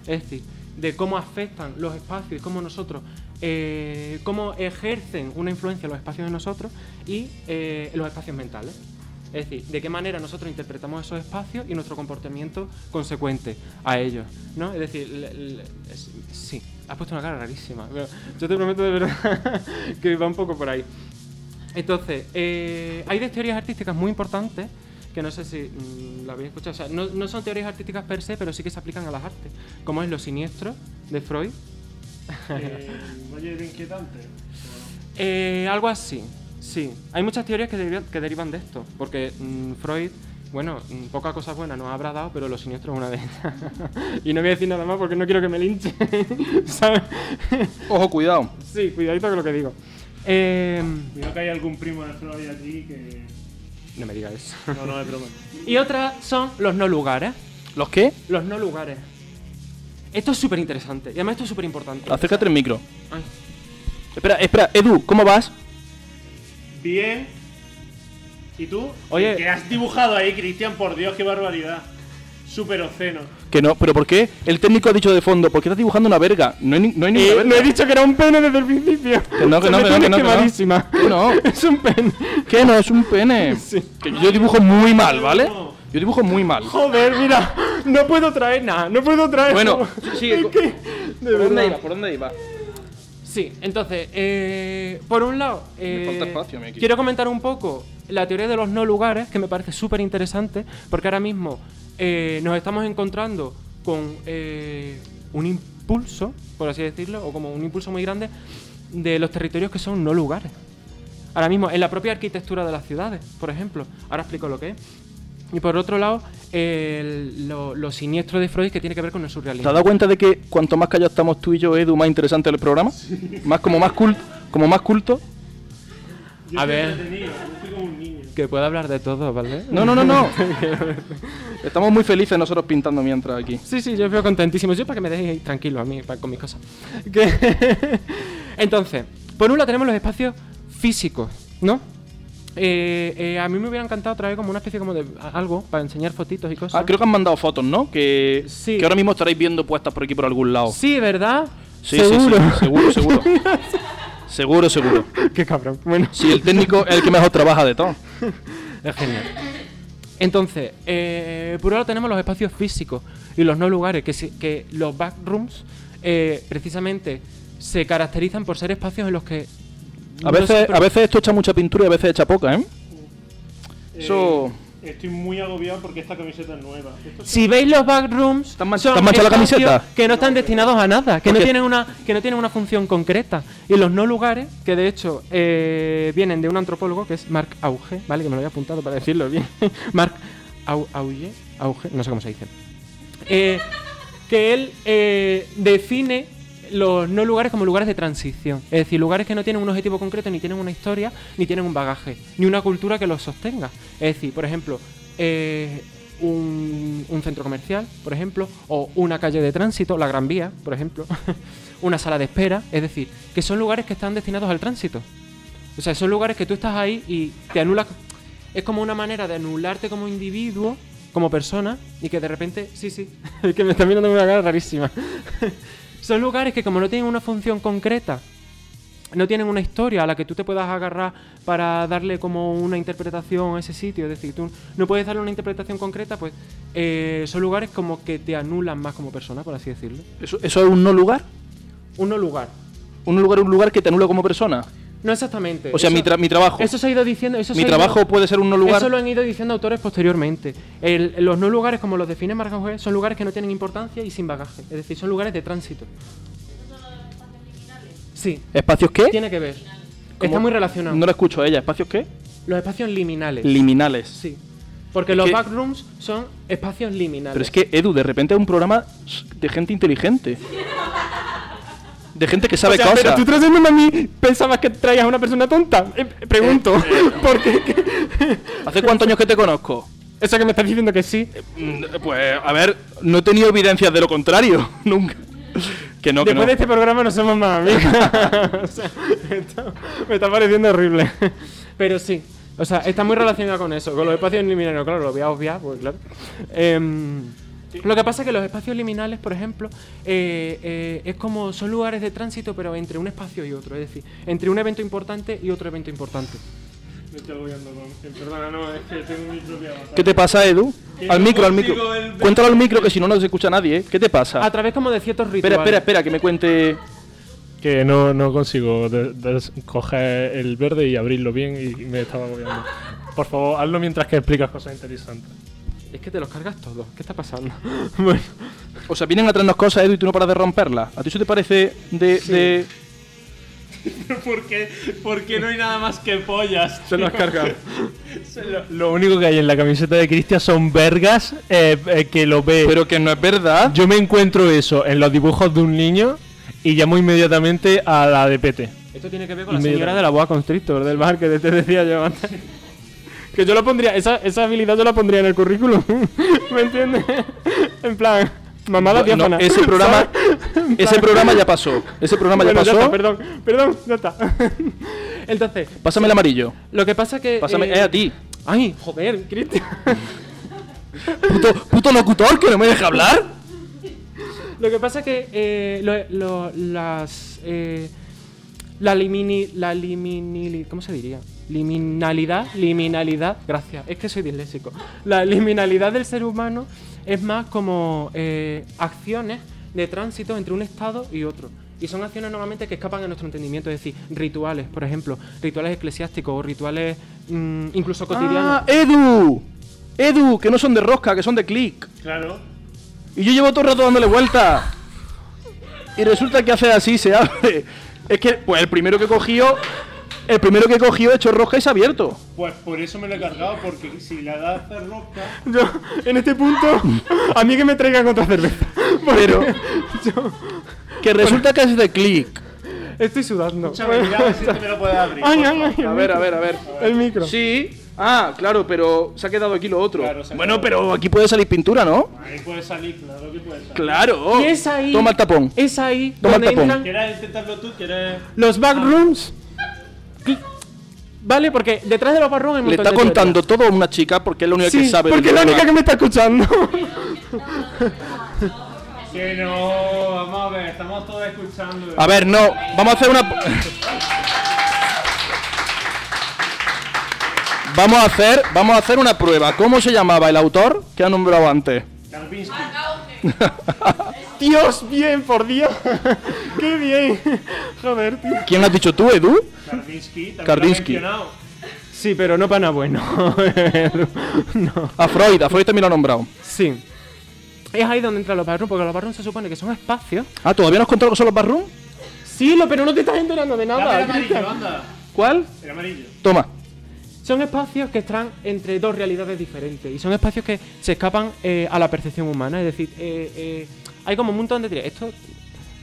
es decir, de cómo afectan los espacios y cómo nosotros, eh, cómo ejercen una influencia los espacios de nosotros y eh, los espacios mentales. Es decir, de qué manera nosotros interpretamos esos espacios y nuestro comportamiento consecuente a ellos, ¿no? Es decir, l- l- es- sí, has puesto una cara rarísima, pero yo te prometo de verdad que va un poco por ahí. Entonces, eh, hay dos teorías artísticas muy importantes que no sé si mm, la habéis escuchado. O sea, no, no son teorías artísticas per se, pero sí que se aplican a las artes. Como es lo siniestro de Freud. Oye, de inquietante. Eh, algo así, sí. Hay muchas teorías que, derivan- que derivan de esto. Porque mm, Freud, bueno, mm, poca cosa buena nos habrá dado, pero lo siniestro es una de ellas. y no voy a decir nada más porque no quiero que me linche. ¿Sabes? Ojo, cuidado. sí, cuidadito con lo que digo. Eh, Cuidado que hay algún primo de Freud aquí que. no me digas eso. No, no, es broma. y otra son los no lugares. ¿Los qué? Los no lugares. Esto es súper interesante. Y además esto es súper importante. Acércate el micro. Espera, espera. Edu, ¿cómo vas? Bien. ¿Y tú? Oye. Que has dibujado ahí, Cristian, por Dios, qué barbaridad. Súper obsceno. Que no, pero ¿por qué? El técnico ha dicho de fondo, ¿por qué estás dibujando una verga? No hay, ni- no hay ninguna verga. Eh, no he dicho que era un pene desde el principio. Que no, que Se no, me que no, tiene que no, que no. quemadísima. Que no. Es un pene. ¿Qué no? Es un pene. Que yo dibujo muy mal, ¿vale? Yo dibujo muy mal. Joder, mira. No puedo traer nada. No puedo traer Bueno, nada. sigue. Es que, de verdad. ¿Por dónde iba? Sí, entonces, eh, por un lado, eh, falta espacio, Miki. quiero comentar un poco la teoría de los no lugares, que me parece súper interesante, porque ahora mismo eh, nos estamos encontrando con eh, un impulso, por así decirlo, o como un impulso muy grande de los territorios que son no lugares. Ahora mismo, en la propia arquitectura de las ciudades, por ejemplo. Ahora explico lo que es. Y por otro lado, el- lo, lo siniestro de Freud que tiene que ver con ¿Te el has surrealismo. dado cuenta de que cuanto más callados estamos tú y yo, Edu, más interesante el programa? Más como más culto, como más culto. A ver, que pueda hablar de todo, ¿vale? No, no, no, no. Estamos muy felices nosotros pintando mientras aquí. Sí, sí, yo veo contentísimo. Yo para que me dejéis tranquilo a mí pa- con mis cosas. Que- Entonces, por un lado tenemos los espacios físicos, ¿no? Eh, eh, a mí me hubiera encantado traer como una especie como de a- algo para enseñar fotitos y cosas. Ah, creo que han mandado fotos, ¿no? Que, Sí. que ahora mismo estaréis viendo puestas por aquí por algún lado. Sí, ¿verdad? Sí, sí, Seguro. sí, seguro, seguro. seguro, seguro. Qué cabrón. Bueno. Sí, el técnico es el que mejor trabaja de todo. Es genial. Entonces, eh, por un lado tenemos los espacios físicos y los no lugares, que, se- que los backrooms eh, precisamente se caracterizan por ser espacios en los que... A no veces, se- a veces esto echa mucha pintura y a veces echa poca, ¿eh? Eso. Eh, estoy muy agobiado porque esta camiseta es nueva. Esto Si veis los backrooms, ¿Te has man- son te has manchado la espacios camiseta? Que no están destinados a nada, que no, Porque- tienen una, que no tienen una función concreta. Y los no lugares, que de hecho eh, vienen de un antropólogo que es Marc Auge, ¿vale? Que me lo había apuntado para decirlo bien. Marc Au- Auge, Auge, no sé cómo se dice. Eh, que él eh, define los no lugares como lugares de transición. Es decir, lugares que no tienen un objetivo concreto, ni tienen una historia, ni tienen un bagaje, ni una cultura que los sostenga. Es decir, por ejemplo, eh, un, un centro comercial, por ejemplo, o una calle de tránsito, la Gran Vía, por ejemplo, una sala de espera. Es decir, que son lugares que están destinados al tránsito. O sea, son lugares que tú estás ahí y te anulas. Es como una manera de anularte como individuo, como persona, y que de repente. Sí, sí. Es que me está mirando con una cara rarísima. son lugares que, como no tienen una función concreta, no tienen una historia a la que tú te puedas agarrar para darle como una interpretación a ese sitio. Es decir, tú no puedes darle una interpretación concreta, pues eh, son lugares como que te anulan más como persona, por así decirlo. ¿Eso, eso es un no lugar? Un no lugar. ¿Un lugar un lugar que te anula como persona? No exactamente. O sea, Eso- mi, tra- mi trabajo. Eso se ha ido diciendo. Eso se mi ha ido- trabajo puede ser un no lugar. Eso lo han ido diciendo autores posteriormente. El- los no lugares, como los define Marganjuez, son lugares que no tienen importancia y sin bagaje. Es decir, son lugares de tránsito. Sí, ¿Espacios qué? tiene que ver. Está ¿Cómo? muy relacionado. No lo escucho a ella. ¿Espacios qué? Los espacios liminales. Liminales. sí. Porque los que- backrooms son espacios liminales. Pero es que, Edu, de repente es un programa de gente inteligente. De gente que sabe O sea, cosas. pero tú trayéndome a mí, pensabas que traías a una persona tonta. Eh, pregunto, porque ¿Hace cuántos años que te conozco? eso que me estás diciendo que sí. Mm, Pues, a ver, no he tenido evidencias de lo contrario. Nunca. Que no, que Después no. de este programa no somos más amigos. O sea, esto me está pareciendo horrible. Pero sí, o sea, está muy relacionado con eso, con los espacios liminales. Claro, lo voy a obviar, pues claro. Em, lo que pasa es que los espacios liminales, por ejemplo, eh, eh, es como son lugares de tránsito, pero entre un espacio y otro. Es decir, entre un evento importante y otro evento importante. Me estoy agobiando con. Perdona, no, es que tengo mi propia batalla. ¿Qué te pasa, Edu? Al no micro, al consigo micro. el- Cuéntalo al micro que si no, no se escucha nadie. ¿eh? ¿Qué te pasa? A través como de ciertos rituales. Espera, espera, espera, que me cuente. Que no, no consigo de- des- coger el verde y abrirlo bien y me estaba agobiando. Por favor, hazlo mientras que explicas cosas interesantes. Es que te los cargas todos. ¿Qué está pasando? bueno, O sea, vienen a traernos cosas, Edu, y tú no paras de romperlas. ¿A ti eso te parece de. de... ¿Por qué, por qué no hay nada más que pollas? te los cargas. Lo, lo único que hay en la camiseta de Cristian son vergas eh, eh, que lo ve. Pero que no es verdad. Yo me encuentro eso en los dibujos de un niño y llamo inmediatamente a la de PT. Esto tiene que ver con la Inmediatamente. señora de la boa constrictor del bar que te decía yo antes. Que yo lo pondría, esa, esa habilidad yo la pondría en el currículum. ¿Me entiendes? En plan, mamada No, diáfana. ese programa, ¿sabes? ese programa ya pasó. Ese programa Bueno, ya ya pasó. está, perdón, perdón, ya está. Entonces, Pásame el amarillo. lo que pasa que. Pásame. eh, Eh, a ti. Ay, joder, Cristian. Puto, puto locutor que no me deja hablar. Lo que pasa que eh, lo- lo- las. eh, la limini. La liminili. ¿Cómo se diría? Liminalidad. Liminalidad. Gracias. Es que soy disléxico. La liminalidad del ser humano es más como eh, acciones de tránsito entre un estado y otro. Y son acciones normalmente que escapan a nuestro entendimiento, es decir, rituales, por ejemplo, rituales eclesiásticos o rituales mm, incluso cotidianos. Ah, Edu. Edu, que no son de rosca, que son de click. Claro. Y yo llevo todo el rato dándole vuelta. Y resulta que hace así, se abre. Es que, pues el primero que cogió. El primero que cogió hecho rosca y se ha abierto. Pues por eso me lo he cargado, porque si la das de rosca. Yo, en este punto, a mí que me traigan otra cerveza. Pero. Yo- Que resulta que es de click. Estoy sudando. Escúchame, mira, a ver si este me lo puedes abrir. Ay, ay, ay, el A ver, a micro. ver, a ver. El micro. Sí. Ah, claro, pero se ha quedado aquí lo otro. Claro, se ha bueno, quedado. pero aquí puede salir pintura, ¿no? Ahí puede salir, claro que puede salir. Claro. Y es ahí. Toma el tapón. Es ahí Toma el donde tapón. entran ¿Quieres intentarlo tú? Ah. ¿Quieres.? los backrooms. Cl- Vale, porque detrás de los backrooms hay un Le montón está de contando todo a una chica porque es la única teorías. Sí, que sabe. del porque es la única que programa. me está escuchando. Que no, vamos a ver, estamos todos escuchando. A ver, no. Vamos a hacer una. vamos a hacer, vamos a hacer una prueba. ¿Cómo se llamaba el autor que ha nombrado antes? Karpinski. Dios, bien, por Dios. Qué bien. Joder, tío. ¿Quién lo has dicho tú, Edu? Karpinski, también Karpinski. lo he mencionado. Sí, pero no para nada bueno. no. A Freud. A Freud también lo ha nombrado. Sí. Es ahí donde entran los backrooms, porque los backrooms se supone que son espacios. Ah, ¿todavía nos contado que son los barroom? Sí, lo, pero no te estás enterando de Dame el nada. amarillo, anda. ¿Cuál? El amarillo. Toma. Son espacios que están entre dos realidades diferentes y son espacios que se escapan eh, a la percepción humana. Es decir, eh, eh, hay como un montón de teorías. Esto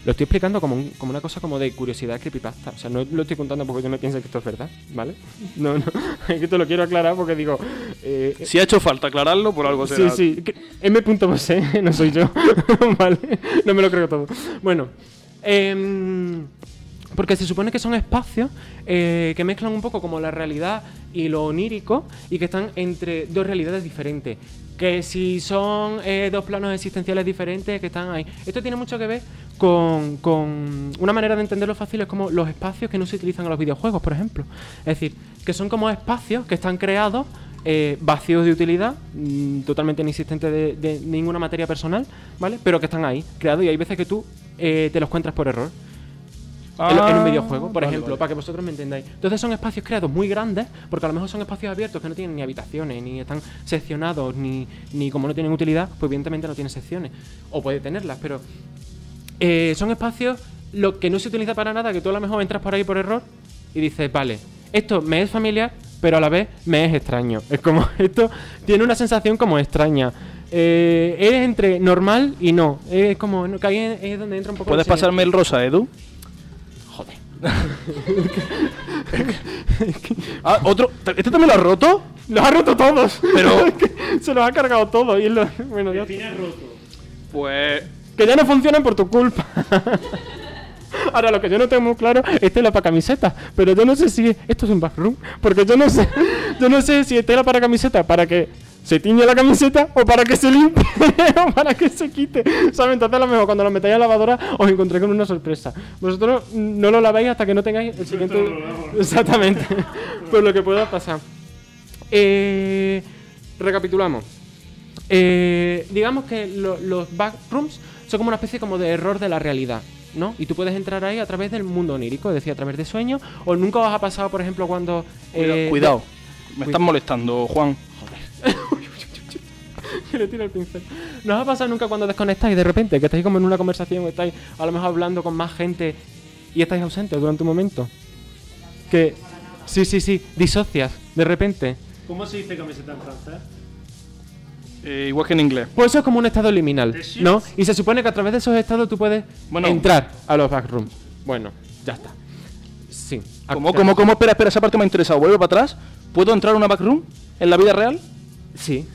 lo estoy explicando como, un- como una cosa como de curiosidad creepypasta. O sea, no lo estoy contando porque yo me pienso que esto es verdad, ¿vale? No, no. Es que te lo quiero aclarar porque digo... eh, Si ha hecho falta aclararlo, por algo será. Sí, sí. que- M. ¿eh? Bosé, no soy yo. vale. No me lo creo todo. Bueno. em, Porque se supone que son espacios eh, que mezclan un poco como la realidad y lo onírico y que están entre dos realidades diferentes. Que si son eh, dos planos existenciales diferentes que están ahí. Esto tiene mucho que ver con, con una manera de entenderlo fácil, es como los espacios que no se utilizan en los videojuegos, por ejemplo. Es decir, que son como espacios que están creados eh, vacíos de utilidad, mm, totalmente inexistentes de, de ninguna materia personal, ¿vale? Pero que están ahí, creados y hay veces que tú eh, te los encuentras por error en- en un videojuego, por ejemplo, para que vosotros me entendáis. Entonces son espacios creados muy grandes, porque a lo mejor son espacios abiertos que no tienen ni habitaciones, ni están seccionados, ni, ni como no tienen utilidad, pues evidentemente no tienen secciones. O puede tenerlas, pero eh, son espacios lo que no se utiliza para nada, que tú a lo mejor entras por ahí por error y dices, vale, esto me es familiar, pero a la vez me es extraño. Es como, esto tiene una sensación como extraña. Eh, eres entre normal y no. Es como, no, que ahí es es donde entra un poco... la ¿Puedes serie. pasarme el rosa, Edu? Joder. Ah, otro. ¿Este también lo has roto? Los ha roto todos. Pero- Es que se los ha cargado todos. Y es lo- bueno, ya- Pues. Que ya no funcionan por tu culpa. Ahora, lo que yo no tengo muy claro es tela para camiseta. Pero yo no sé si. Esto es un backroom. Porque yo no sé. Yo no sé si es tela para camiseta. Para que se tiñe la camiseta. O para que se limpie. o para que se quite. ¿Saben? Entonces, a lo mejor cuando lo metáis a la lavadora. Os encontré con una sorpresa. Vosotros mm, no lo laváis hasta que no tengáis el siguiente. Exactamente. por lo que pueda pasar. Eh, recapitulamos. Eh, digamos que lo- los backrooms son como una especie como de error de la realidad, ¿no? Y tú puedes entrar ahí a través del mundo onírico, es decir, a través de sueños, o nunca os ha pasado, por ejemplo, cuando... eh, Cuidado. Me estás molestando, Juan. que le tira el pincel. ¿No os ha pasado nunca cuando desconectáis de repente, que estáis como en una conversación, estáis a lo mejor hablando con más gente y estáis ausentes durante un momento? Que... Sí, sí, sí, disocias de repente. ¿Cómo se dice camiseta en francés? Eh, igual que en inglés. Pues eso es como un estado liminal, ¿no? Y se supone que a través de esos estados tú puedes Bueno. entrar a los backrooms. Bueno, ya está. Sí. Ah, ¿Cómo, Ya. cómo, cómo? Espera, espera, esa parte me ha interesado. Vuelve para atrás. ¿Puedo entrar a una backroom en la vida real? Sí.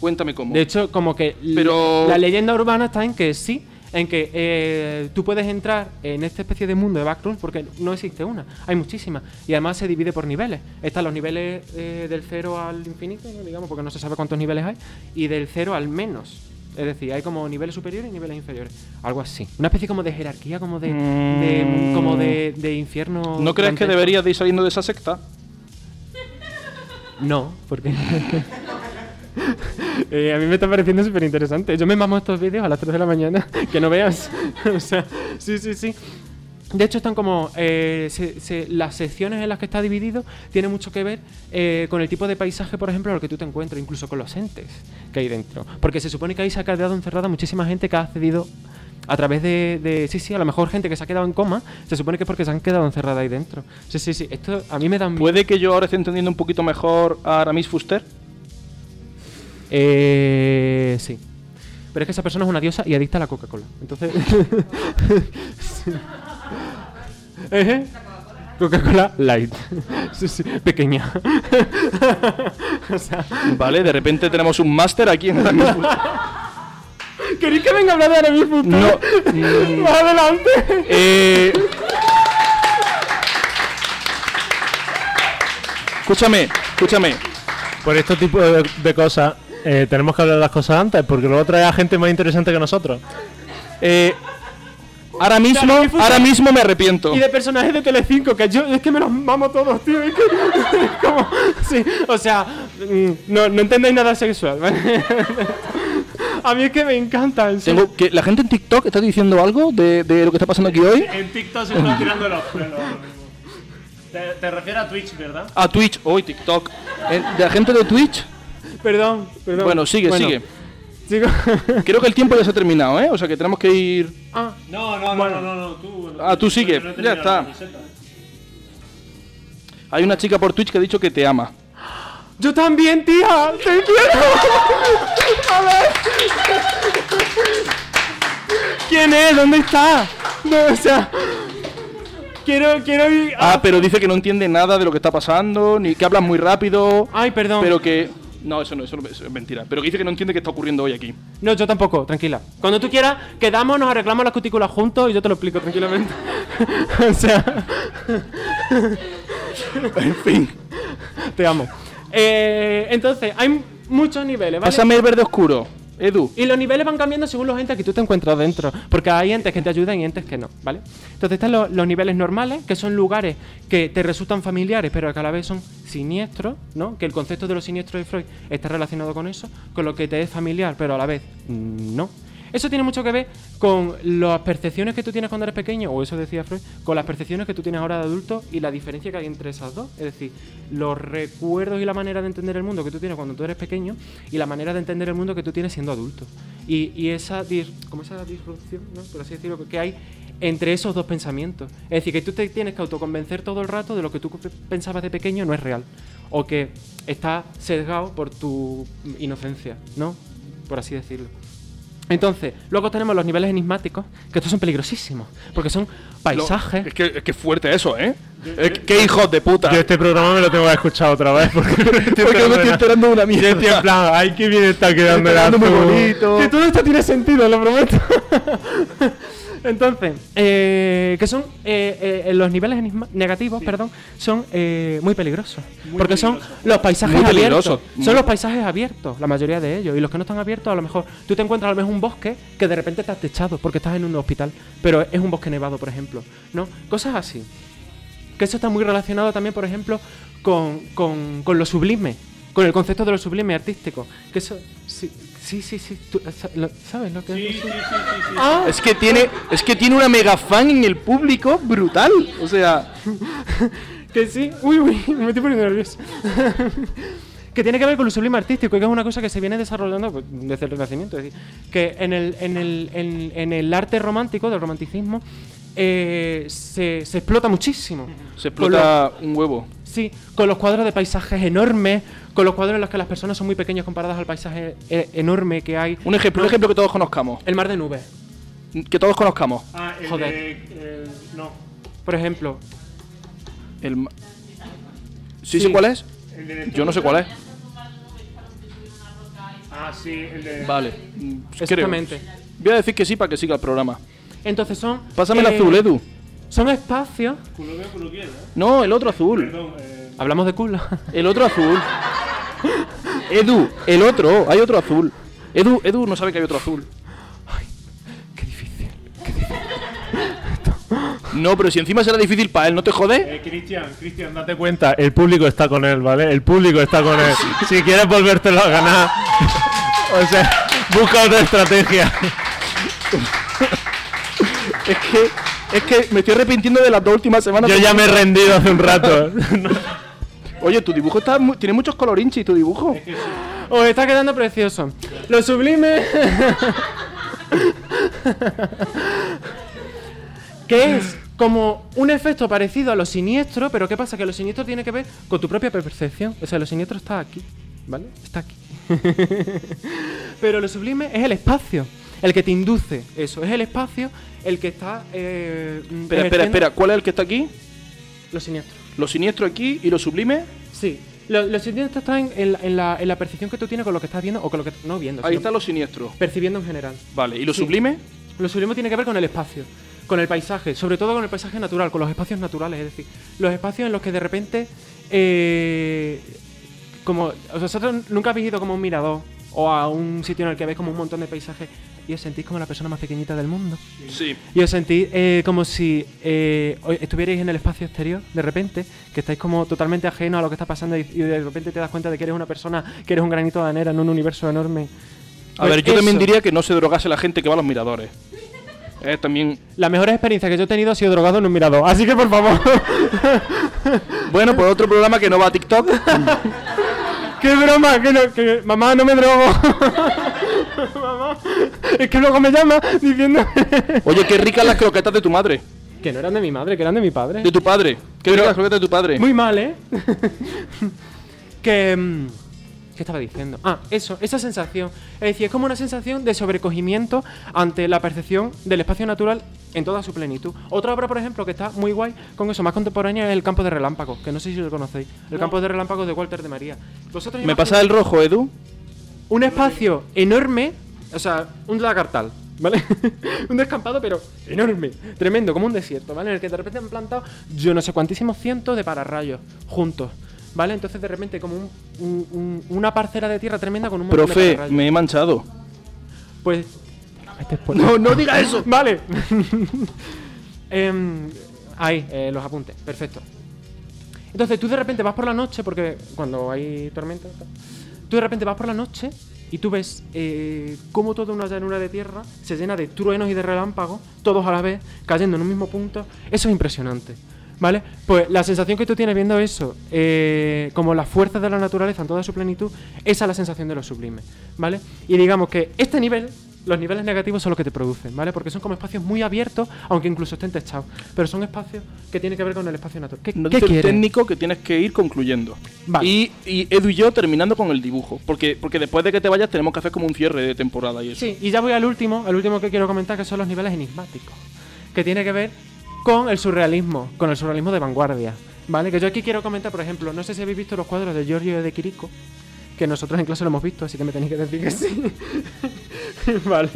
Cuéntame cómo. De hecho, como que l- Pero- la leyenda urbana está en que sí, en que eh, tú puedes entrar en esta especie de mundo de backrooms porque no existe una, hay muchísimas. Y además se divide por niveles. Están los niveles eh, del 0 al infinito, ¿no? digamos, porque no se sabe cuántos niveles hay, y del 0 al menos. Es decir, hay como niveles superiores y niveles inferiores. Algo así. Una especie como de jerarquía, como de, de- Mm. como de, de infierno. ¿No crees que dantesco. deberías de ir saliendo de esa secta? No, porque. Eh, a mí me está pareciendo súper interesante. Yo me mamo estos vídeos a las 3 de la mañana, que no veas. o sea, sí, sí, sí. De hecho, están como. eh, se- se- las secciones en las que está dividido tiene mucho que ver eh, con el tipo de paisaje, por ejemplo, en el que tú te encuentras, incluso con los entes que hay dentro. Porque se supone que ahí se ha quedado encerrada muchísima gente que ha accedido a través de, de- Sí, sí, a lo mejor gente que se ha quedado en coma, se supone que es porque se han quedado encerrada ahí dentro. Sí, sí, sí. Esto a mí me da miedo. ¿Puede que yo ahora esté entendiendo un poquito mejor a Aramis Fuster? Eh, sí. Pero es que esa persona es una diosa y adicta a la Coca-Cola. Entonces. Sí. Ejé. ¿Eh? Coca-Cola Light. Sí, sí, pequeña. o sea, Vale, de repente tenemos un máster aquí en Aramis Fuster. ¿queréis que venga a hablar de ahora mismo? No. Mm. Más adelante. Eh... Escúchame, escúchame. Por este tipo de, de cosas eh, tenemos que hablar de las cosas antes, porque luego trae a gente más interesante que nosotros. Eh, ahora mismo, Aramis Fuster. ahora mismo me arrepiento. Y de personajes de Telecinco, que yo es que me los mamo todos, tío. Es que, es como, sí, o sea, mm, no, no entendéis nada sexual, ¿vale? A mí es que me encanta. en serio. Tengo que la gente en TikTok está diciendo algo de, de lo que está pasando aquí hoy. En TikTok se están tirando los pelos. Te, te refieres a Twitch, ¿verdad? A Twitch, hoy TikTok. Eh, De la gente de Twitch. Perdón, perdón. Bueno, sigue, sigue. sigo. Creo que el tiempo ya se ha terminado, ¿eh? O sea que tenemos que ir. ah, No, no, no, no, no, tú. Ah, tú sigue. Ya está. Hay una chica por Twitch que ha dicho que te ama. yo también, tía. Te quiero. A ver. ¿Quién es? ¿Dónde está? No, o sea. Quiero, quiero ir. Ah, pero dice que no entiende nada de lo que está pasando, ni que hablan muy rápido, Ay, perdón. pero que No, eso no, eso no- eso es mentira. Pero que dice que no entiende qué está ocurriendo hoy aquí. No, yo tampoco, tranquila. Cuando tú quieras, quedamos, nos arreglamos las cutículas juntos y yo te lo explico tranquilamente. o sea, En fin. te amo. Eh, entonces, hay muchos niveles, ¿vale? Pásame el verde oscuro, Edu. Y los niveles van cambiando según los entes que tú te encuentras dentro. Porque hay entes que te ayudan y entes que no, ¿vale? Entonces están los, los niveles normales, que son lugares que te resultan familiares, pero que a la vez son siniestros, ¿no? Que el concepto de lo siniestro de Freud está relacionado con eso, con lo que te es familiar, pero a la vez mm, no. Eso tiene mucho que ver con las percepciones que tú tienes cuando eres pequeño, o eso decía Freud, con las percepciones que tú tienes ahora de adulto y la diferencia que hay entre esas dos. Es decir, los recuerdos y la manera de entender el mundo que tú tienes cuando tú eres pequeño y la manera de entender el mundo que tú tienes siendo adulto. Y, y esa, dis- como esa disrupción, ¿no? por así decirlo, que hay entre esos dos pensamientos. Es decir, que tú te tienes que autoconvencer todo el rato de lo que tú pe- pensabas de pequeño no es real. O que está sesgado por tu inocencia, ¿no? Por así decirlo. Entonces, luego tenemos los niveles enigmáticos, que estos son peligrosísimos, porque son paisajes. Lo- es, que, es que fuerte eso, ¿eh? Eh, ¡Qué hijos de puta! Yo este programa me lo tengo que escuchar otra vez porque me estoy Porque yo me enterando estoy de enterando de una la- Estoy en mierda. plan, ay, qué bien está quedando el Quedando muy azul. bonito. Que todo esto tiene sentido, lo prometo. Entonces, eh, que son eh, eh, los niveles enigma- negativos, perdón, son eh, muy peligrosos. porque son los paisajes Muy abiertos. peligrosos. Son los paisajes abiertos, la mayoría de ellos. Y los que no están abiertos, a lo mejor tú te encuentras a lo mejor un bosque que de repente estás techado porque estás en un hospital, pero es un bosque nevado, por ejemplo. ¿No? Cosas así. Que eso está muy relacionado también, por ejemplo, con, con- con lo sublime, con el concepto de lo sublime artístico. Que eso. Sí, sí, sí. sí, tú, sa- lo- ¿Sabes lo que es? Ah, Es que tiene, es que tiene una mega fan en el público brutal. O sea, que sí. Uy, uy, me estoy poniendo nervioso. que tiene que ver con lo sublime artístico y que es una cosa que se viene desarrollando pues, desde el Renacimiento. Es decir, que en el, en el, en, en el arte romántico, del romanticismo, eh, se, se explota muchísimo. se Con lo- explota un huevo. Sí, con los cuadros de paisajes enormes, con los cuadros en los que las personas son muy pequeñas comparadas al paisaje eh, enorme que hay. Un ejemplo, un ejemplo que todos conozcamos. El mar de nubes, Que todos conozcamos. Ah, el Joder. de- el- no. por ejemplo. El ma- ¿Sí, Sí. sé cuál es? El de- Yo no sé cuál es. Ah, sí, el de. Vale. mm, creo. Exactamente. Voy a decir que sí para que siga el programa. Entonces son. Pásame el eh, azul, Edu. Son espacios. Culo veo, culo quiero, ¿eh? No, el otro azul. Perdón, eh, Hablamos de culo. El otro azul. Edu, el otro. Hay otro azul. Edu, Edu no sabe que hay otro azul. Qué difícil. No, pero si encima será difícil para él, ¿no te jode? eh, Cristian, Cristian, date cuenta, el público está con él, ¿vale? El público está con él. Si quieres volvértelo a ganar, o sea, busca otra estrategia. Es que, es que me estoy arrepintiendo de las dos últimas semanas. Yo ya me he rendido hace un rato. Oye, tu dibujo está mu- tiene muchos colorinchis, tu dibujo. Os está quedando precioso. Lo sublime. que es como un efecto parecido a lo siniestro, pero ¿qué pasa? Que lo siniestro tiene que ver con tu propia percepción. O sea, lo siniestro está aquí, ¿vale? Está aquí. pero lo sublime es el espacio, el que te induce eso. Es el espacio el que está. eh, Espera, espera, ejerciendo espera. ¿Cuál es el que está aquí? Lo siniestro. Lo siniestro aquí y lo sublime. Sí. Lo, lo siniestro está en, en la, en la- en la percepción que tú tienes con lo que estás viendo o con lo que no viendo. Ahí sino está lo siniestro. percibiendo en general. Vale, ¿y lo sublime? Lo sublime tiene que ver con el espacio, con el paisaje, sobre todo con el paisaje natural, con los espacios naturales, es decir, los espacios en los que de repente, eh, como o sea, vosotros nunca habéis ido como a un mirador o a un sitio en el que veis como un montón de paisajes y os sentís como la persona más pequeñita del mundo. Sí. Y os sentís eh, como si eh, o- estuvierais en el espacio exterior de repente, que estáis como totalmente ajenos a lo que está pasando y, y de repente te das cuenta de que eres una persona, que eres un granito de arena en un universo enorme. A Pues ver, yo también Eso. diría que no se drogase la gente que va a los miradores. Eh, también. La mejor experiencia que yo he tenido ha sido drogado en un mirador. Así que por favor. Bueno, por otro programa que no va a TikTok. ¡Qué broma! Que no- que- mamá, no me drogo. mamá. Es que luego me llama diciendo. Oye, qué ricas las croquetas de tu madre. que no eran de mi madre, que eran de mi padre. De tu padre. Qué ricas las croquetas de tu padre. Muy mal, ¿eh? que. mm, ¿Qué estaba diciendo? Ah, eso, esa sensación. Es decir, es como una sensación de sobrecogimiento ante la percepción del espacio natural en toda su plenitud. Otra obra, por ejemplo, que está muy guay con eso, más contemporánea, es El campo de relámpagos, que no sé si lo conocéis. El campo de relámpagos de Walter de María. Vosotros ¿Me imaginaos- pasa el rojo, Edu? un espacio enorme, o sea, un lagartal, ¿vale? un descampado, pero enorme, tremendo, como un desierto, ¿vale? En el que de repente han plantado yo no sé cuantísimos cientos de pararrayos juntos, ¿vale? Entonces de repente como un- un- un- una parcela de tierra tremenda con un montón de Profe, pararrayos. me he manchado. Pues... No, no diga eso. Vale. Em, ahí, eh, los apuntes, perfecto. Entonces tú de repente vas por la noche, porque cuando hay tormenta, tal, tú de repente vas por la noche y tú ves eh, cómo toda una llanura de tierra se llena de truenos y de relámpagos, todos a la vez, cayendo en un mismo punto. Eso es impresionante. ¿Vale? Pues la sensación que tú tienes viendo eso, eh, como las fuerzas de la naturaleza en toda su plenitud, esa es la sensación de lo sublime. ¿Vale? Y digamos que este nivel, los niveles negativos son los que te producen, ¿vale? Porque son como espacios muy abiertos, aunque incluso estén techados. Pero son espacios que tienen que ver con el espacio natural. ¿Qué, No qué dice el quieres? técnico que tienes que ir concluyendo. Vale. Y, y Edu y yo terminando con el dibujo. Porque, porque después de que te vayas tenemos que hacer como un cierre de temporada y eso. Sí, y ya voy al último, al último que quiero comentar, que son los niveles enigmáticos, que tiene que ver con el surrealismo, con el surrealismo de vanguardia, ¿vale? Que yo aquí quiero comentar, por ejemplo, no sé si habéis visto los cuadros de Giorgio de Quirico, que nosotros en clase lo hemos visto, así que me tenéis que decir que sí. vale.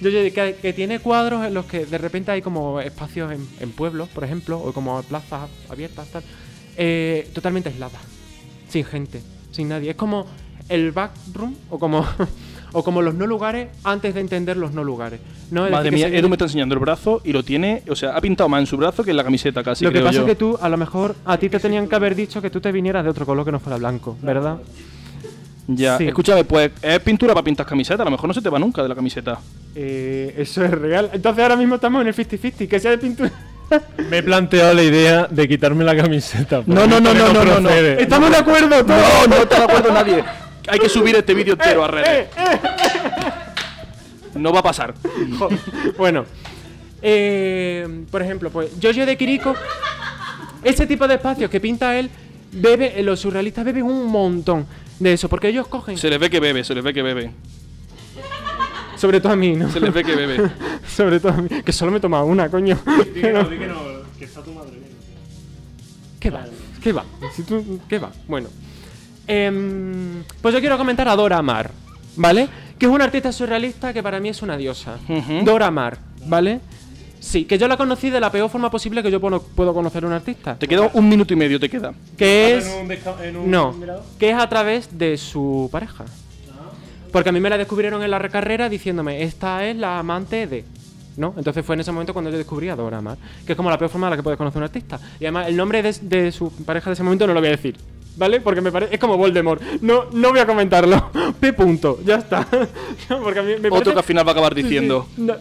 Yo, yo- que, que tiene cuadros en los que de repente hay como espacios en, en pueblos, por ejemplo, o como plazas abiertas, tal, eh, totalmente aisladas, sin gente, sin nadie. Es como el backroom o como, o como los no lugares antes de entender los no lugares. ¿no? Es Madre decir, que mía, se- Edu me está enseñando el brazo y lo tiene, o sea, ha pintado más en su brazo que en la camiseta casi. lo que creo pasa yo. es que tú, a lo mejor, a ti te tenían que haber dicho que tú te vinieras de otro color que no fuera blanco, ¿verdad? Ya, Sí. escúchame, pues es pintura para pintar camiseta, a lo mejor no se te va nunca de la camiseta. Eh, eso es real. Entonces ahora mismo estamos en el 50-50, que sea de pintura. Me he planteado la idea de quitarme la camiseta. porque no, no, creo que no, no, no. procede. ¡Estamos de acuerdo todos! Eh, No, no está de acuerdo nadie. Hay que subir este vídeo entero a Eh, redes. No va a pasar. bueno, eh, por ejemplo, pues Jojo de Kiriko, ese tipo de espacios que pinta él, bebe, eh, los surrealistas beben un montón de eso, porque ellos cogen, Se les ve que bebe, se les ve que bebe. sobre todo a mí, ¿no? Se les ve que bebe. sobre todo a mí, que solo me he tomado una, coño. Que no, di que no, que está tu madre bien. ¿Qué va? ¿Qué va? Si tú- ¿Qué va? Bueno. Em, pues yo quiero comentar a Dora Mar, ¿vale? Que es una artista surrealista que para mí es una diosa. Ujú. Dora Mar, ¿vale? Sí, que yo la conocí de la peor forma posible que yo puedo, puedo conocer a un artista. Te queda un minuto y medio, te queda. Que ¿En es... un desca- en un No, mirador? que es a través de su pareja. Porque a mí me la descubrieron en la carrera diciéndome, esta es la amante de... ¿No? Entonces fue en ese momento cuando yo descubrí a Dora Mar, que es como la peor forma en la que puedes conocer a un artista. Y además el nombre de, de su pareja de ese momento no lo voy a decir, ¿vale? Porque me parece... Es como Voldemort. No, no voy a comentarlo. P. Punto. Ya está. No, Porque a mí me Otro parece- que al final va a acabar Sí, sí. diciendo. No.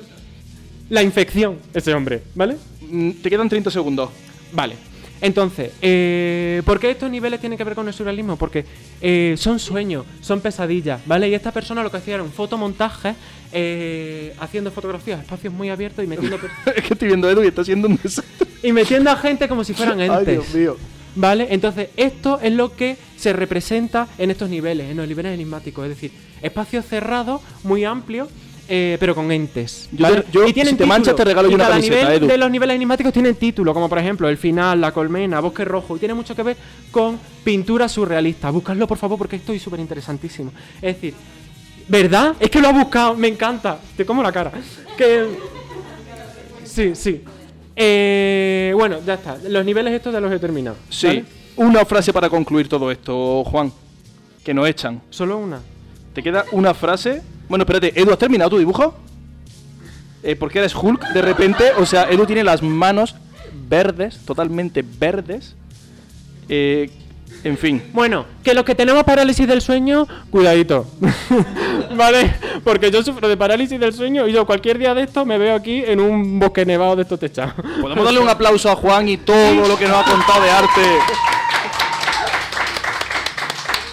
La infección, ese hombre, ¿vale? Mm, Te quedan 30 segundos. Vale. Entonces, eh, ¿por qué estos niveles tienen que ver con el surrealismo? Porque eh, son sueños, son pesadillas, ¿vale? Y esta persona lo que hacía era un fotomontaje eh, haciendo fotografías, a espacios muy abiertos y metiendo, per- es que estoy viendo a Edu y está siendo un desastre. y metiendo a gente como si fueran entes. Ay, Dios mío. ¿Vale? Entonces, esto es lo que se representa en estos niveles, en los niveles enigmáticos. Es decir, espacios cerrados, muy amplios, eh, pero con entes. Yo te- ¿vale? yo, si te manchas, te regalo y yo una cada camiseta, nivel Edu. de los niveles enigmáticos tienen título, como por ejemplo el final, la colmena, bosque rojo. Y tiene mucho que ver con pintura surrealista. Buscadlo, por favor, porque esto es súper interesantísimo. Es decir, ¿verdad? Es que lo ha buscado, me encanta. Te como la cara. Que. Sí, sí. Eh, bueno, ya está. Los niveles estos ya los he terminado. Sí. ¿vale? Una frase para concluir todo esto, Juan. Que nos echan. Solo una. Te queda una frase. Bueno, espérate, Edu, ¿has terminado tu dibujo? Eh, ¿Por qué eres Hulk de repente? O sea, Edu tiene las manos verdes, totalmente verdes. Eh, en fin. Bueno, que los que tenemos parálisis del sueño, cuidadito. ¿Vale? Porque yo sufro de parálisis del sueño y yo cualquier día de esto me veo aquí en un bosque nevado de estos techados. Podemos darle un aplauso a Juan y todo lo que nos ha contado de arte.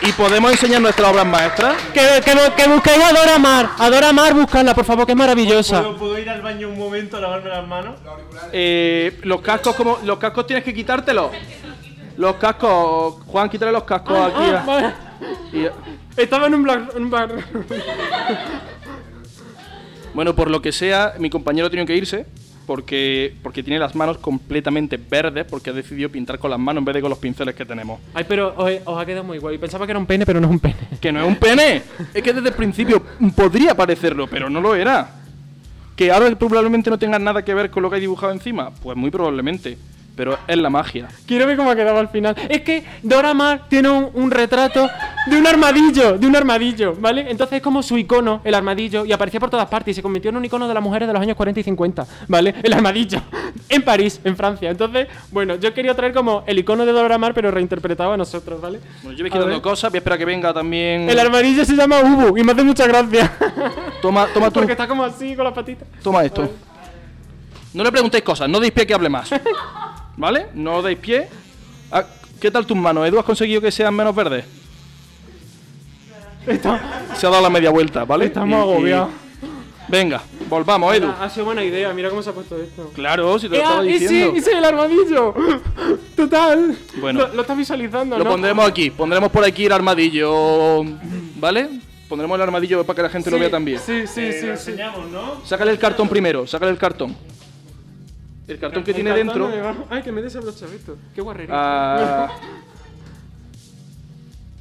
Y podemos enseñar nuestras obras maestras. Que, que, bu- que busquéis a Dora Mar. A Dora Mar, buscadla, por favor, que es maravillosa. Pues, ¿Puedo, puedo ir al baño un momento a lavarme las manos? Eh, los cascos, como los cascos tienes que quitártelos. Los cascos, Juan, quítale los cascos pues, aquí. Ah, vale. Y- Estaba en un, bla- en un bar. Bueno, por lo que sea, mi compañero tiene que irse. porque, porque tiene las manos completamente verdes, porque ha decidido pintar con las manos en vez de con los pinceles que tenemos. Ay, pero os, os ha quedado muy guay. Pensaba que era un pene, pero no es un pene. ¡Que no es un pene! Es que desde el principio podría parecerlo, pero no lo era. Que ahora probablemente no tenga nada que ver con lo que hay dibujado encima. Pues muy probablemente. Pero es la magia. Quiero ver cómo ha quedado al final. Es que Dora Maar tiene un, un retrato de un armadillo, de un armadillo, ¿vale? Entonces es como su icono, el armadillo, y aparecía por todas partes y se convirtió en un icono de las mujeres de los años 40 y 50, ¿vale? El armadillo, en París, en Francia. Entonces, bueno, yo quería traer como el icono de Dora Maar, pero reinterpretado a nosotros, ¿vale? Bueno, yo voy A quitando ver. cosas, voy a esperar a que venga también. El armadillo se llama Ubu y me hace mucha gracia. Toma, toma tú. Porque está como así con las patitas. Toma esto. No le preguntéis cosas, no deis pie que hable más. ¿Vale? No deis pie. Ah, ¿Qué tal tus manos? ¿Edu has conseguido que sean menos verdes? Se ha dado la media vuelta, ¿vale? Estamos Y- y- agobiados. Venga, volvamos, Edu. Ha sido buena idea, mira cómo se ha puesto esto. Claro, si te lo estaba ¡Ah, ese, diciendo. ese es el armadillo! Total. Bueno. Lo, lo estás visualizando, Lo ¿no? pondremos aquí, pondremos por aquí el armadillo. ¿Vale? Pondremos el armadillo para que la gente lo vea también. Sí, Eh, sí, sí. sí. Sácale el cartón primero, sácale el cartón. El cartón que tiene dentro. Ay, que me desabrocha esto. Qué guarrería. Ah.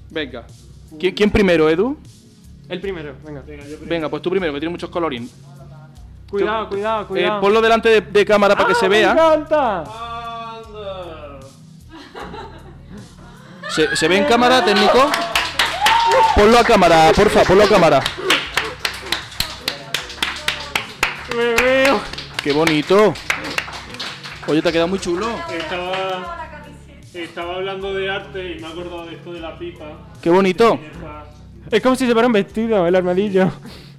Venga. ¿Qui- ¿Quién primero, Edu? El primero, venga. Venga, pues tú primero, que tiene muchos colorines. Cuidado, cuidado, cuidado. ponlo delante de, de cámara para eh, que se ¡Ah, Me vea. encanta. ¿Se, se ve en cámara, técnico? Ponlo a cámara, porfa, ponlo a cámara. Me veo. ¡Qué bonito! Oye, te ha quedado muy chulo. Estaba, estaba hablando de arte y me he acordado de esto de la pipa. ¡Qué bonito! Es como si llevara un vestido, el armadillo.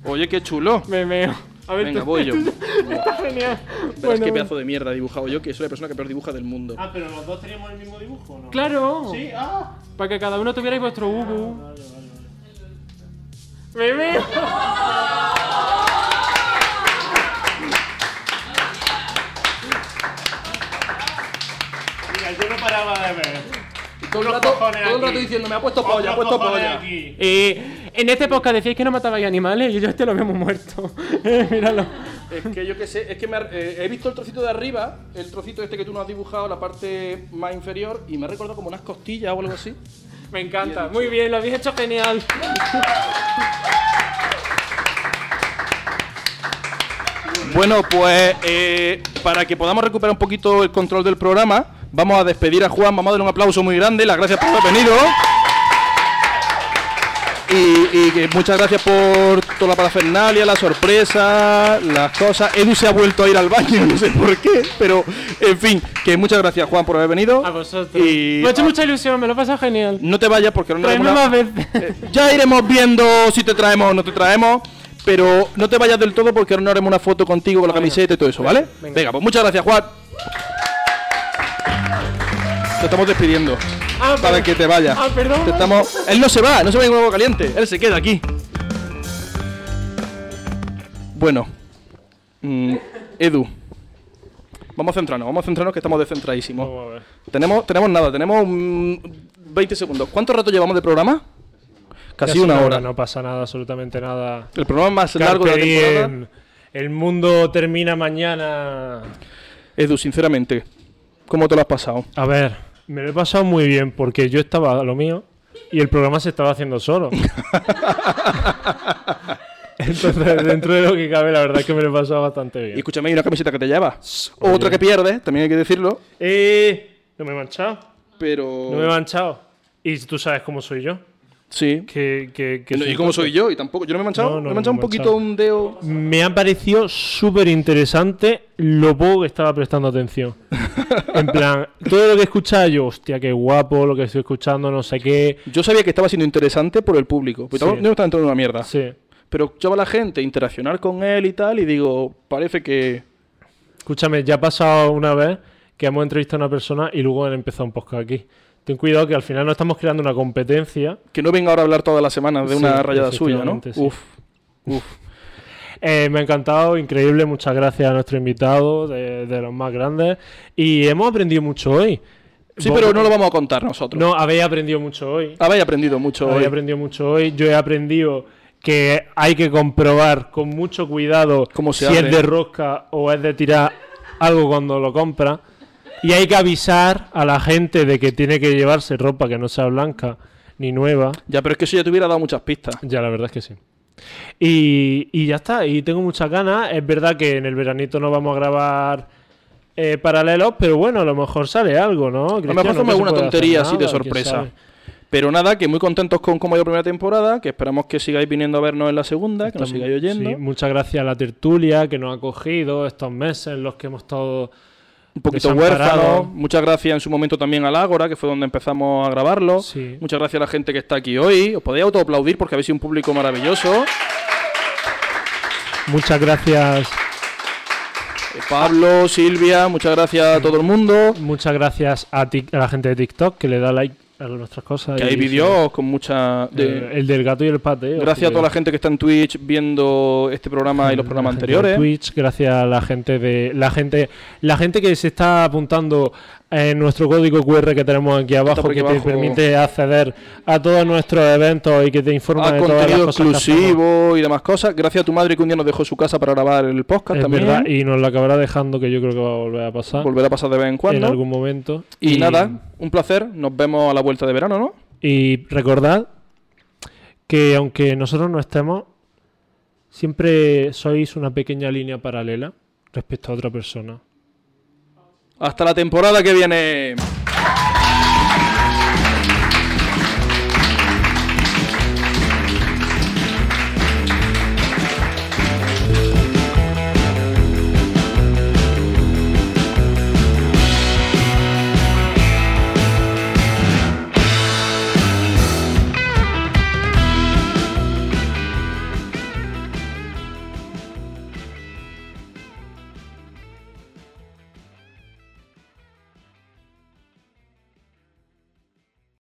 Oye, qué chulo. Me veo. A ver, Venga, tú- voy yo. Está genial. Pero es Bueno, que bueno. pedazo de mierda he dibujado yo, que soy la persona que peor dibuja del mundo. Ah, pero los dos teníamos el mismo dibujo, ¿o ¿no? Claro. Sí, ah. Para que cada uno tuvierais vuestro Ubu. ¡Me veo! Mira, yo no paraba de ver. todo el rato, cojones todo el rato aquí. diciendo, me ha puesto polla, ha Otros puesto cojones polla. aquí. Eh, en este podcast decíais que no matabais animales y yo este lo vemos muerto. Eh, míralo. Es que yo qué sé, es que me ha- eh, he visto el trocito de arriba, el trocito este que tú no has dibujado, la parte más inferior, y me ha recordado como unas costillas o algo así. Me encanta. Muy bien, lo habéis hecho genial. Bueno, pues eh, para que podamos recuperar un poquito el control del programa, vamos a despedir a Juan, vamos a darle un aplauso muy grande, las gracias por haber venido. Y, y que muchas gracias por toda la parafernalia, la sorpresa, las cosas. Edu se ha vuelto a ir al baño, no sé por qué, pero en fin, que muchas gracias Juan por haber venido. A vosotros. Y- ah. Me ha hecho mucha ilusión, me lo he pasado genial. No te vayas porque ahora Traedme nos más vamos a- veces. Eh, ya iremos viendo si te traemos o no te traemos. Pero no te vayas del todo porque ahora nos haremos una foto contigo con la camiseta y todo eso, ¿vale? Venga, pues muchas gracias, Juan. Te estamos despidiendo. Ah, eh, para per- que te vayas. ah, perdón. Te estamos... Él no se va, no se va a ningún huevo caliente. Él se queda aquí. Bueno. Mm, Edu. Vamos a centrarnos, vamos a centrarnos que estamos descentradísimos. Vamos a ver. Tenemos, tenemos nada, tenemos mm, 20 segundos. ¿Cuánto rato llevamos de programa? Casi Ya una son hora. No pasa nada, absolutamente nada. El programa más largo de Carpe la temporada. diem. El mundo termina mañana. Edu, sinceramente, ¿cómo te lo has pasado? A ver, me lo he pasado muy bien porque yo estaba a lo mío y el programa se estaba haciendo solo. Entonces, dentro de lo que cabe, la verdad es que me lo he pasado bastante Y bien. escúchame, hay una camiseta que te llevas. Otra que pierdes, también hay que decirlo. ¡Eh! No me he manchado. Pero. No me he manchado. Y tú sabes cómo soy yo. Sí. Que, que- que No, soy ¿Y cómo tonto. soy yo? Y tampoco. Yo no me he manchado. No, no, me he no manchado un me he poquito manchado. un dedo. Me ha parecido súper interesante lo poco que estaba prestando atención. en plan, todo lo que escuchaba yo, hostia, qué guapo, lo que estoy escuchando, no sé qué. Yo sabía que estaba siendo interesante por el público. Pero Sí. tampoco- yo no estaba entrando en una mierda. Sí. Pero escuchaba a la gente interaccionar con él y tal. Y digo, parece que. Escúchame, ya ha pasado una vez que hemos entrevistado a una persona y luego han empezado un podcast aquí. Ten cuidado que al final no estamos creando una competencia. Que no venga ahora a hablar todas las semanas de Sí, una rayada suya, ¿no? efectivamente, sí. Uf. Uf. Eh, me ha encantado, increíble. Muchas gracias a nuestro invitado, de, de los más grandes. Y hemos aprendido mucho hoy. Sí, Vos- pero no lo vamos a contar nosotros. No, habéis aprendido mucho hoy. Habéis aprendido mucho hoy. Habéis aprendido mucho hoy. Yo he aprendido que hay que comprobar con mucho cuidado Cómo se si abre. es de rosca o es de tirar algo cuando lo compra. Y hay que avisar a la gente de que tiene que llevarse ropa que no sea blanca ni nueva. Ya, pero es que eso ya te hubiera dado muchas pistas. Ya, la verdad es que sí. Y, y ya está, y tengo muchas ganas. Es verdad que en el veranito no vamos a grabar eh, paralelos, pero bueno, a lo mejor sale algo, ¿no? A lo mejor fue fue una tontería así de sorpresa. Pero nada, que muy contentos con cómo ha ido la primera temporada, que esperamos que sigáis viniendo a vernos en la segunda, que nos sigáis oyendo. muchas gracias a la tertulia que nos ha cogido estos meses en los que hemos estado un poquito Desamparado. huérfano. Muchas gracias en su momento también al Ágora, que fue donde empezamos a grabarlo. Sí. Muchas gracias a la gente que está aquí hoy. Os podéis autoaplaudir porque habéis sido un público maravilloso. Muchas gracias, Eh, Pablo, Silvia, muchas gracias a todo el mundo. muchas gracias a, Tik- a la gente de TikTok que le da like a nuestras cosas. Que y hay dice, vídeos con mucha... eh, de- el del gato y el pateo. Gracias a toda la gente que está en Twitch viendo este programa y los programas La gente de anteriores. Twitch, gracias a la gente de la gente, la gente que se está apuntando en nuestro código QR que tenemos aquí abajo por aquí que te abajo. permite acceder a todos nuestros eventos y que te informa A de todas las Ah, contenido cosas que exclusivo y demás cosas. Gracias a tu madre que un día nos dejó su casa para grabar el podcast hacemos. Es también. verdad, y nos lo acabará dejando que yo creo que va a volver a pasar Volverá a pasar de vez en en cuando. algún momento. Y, nada, un placer. Nos vemos a la vuelta de verano, ¿no? Y recordad que aunque nosotros no estemos, siempre sois una pequeña línea paralela respecto a otra persona. Hasta la temporada que viene.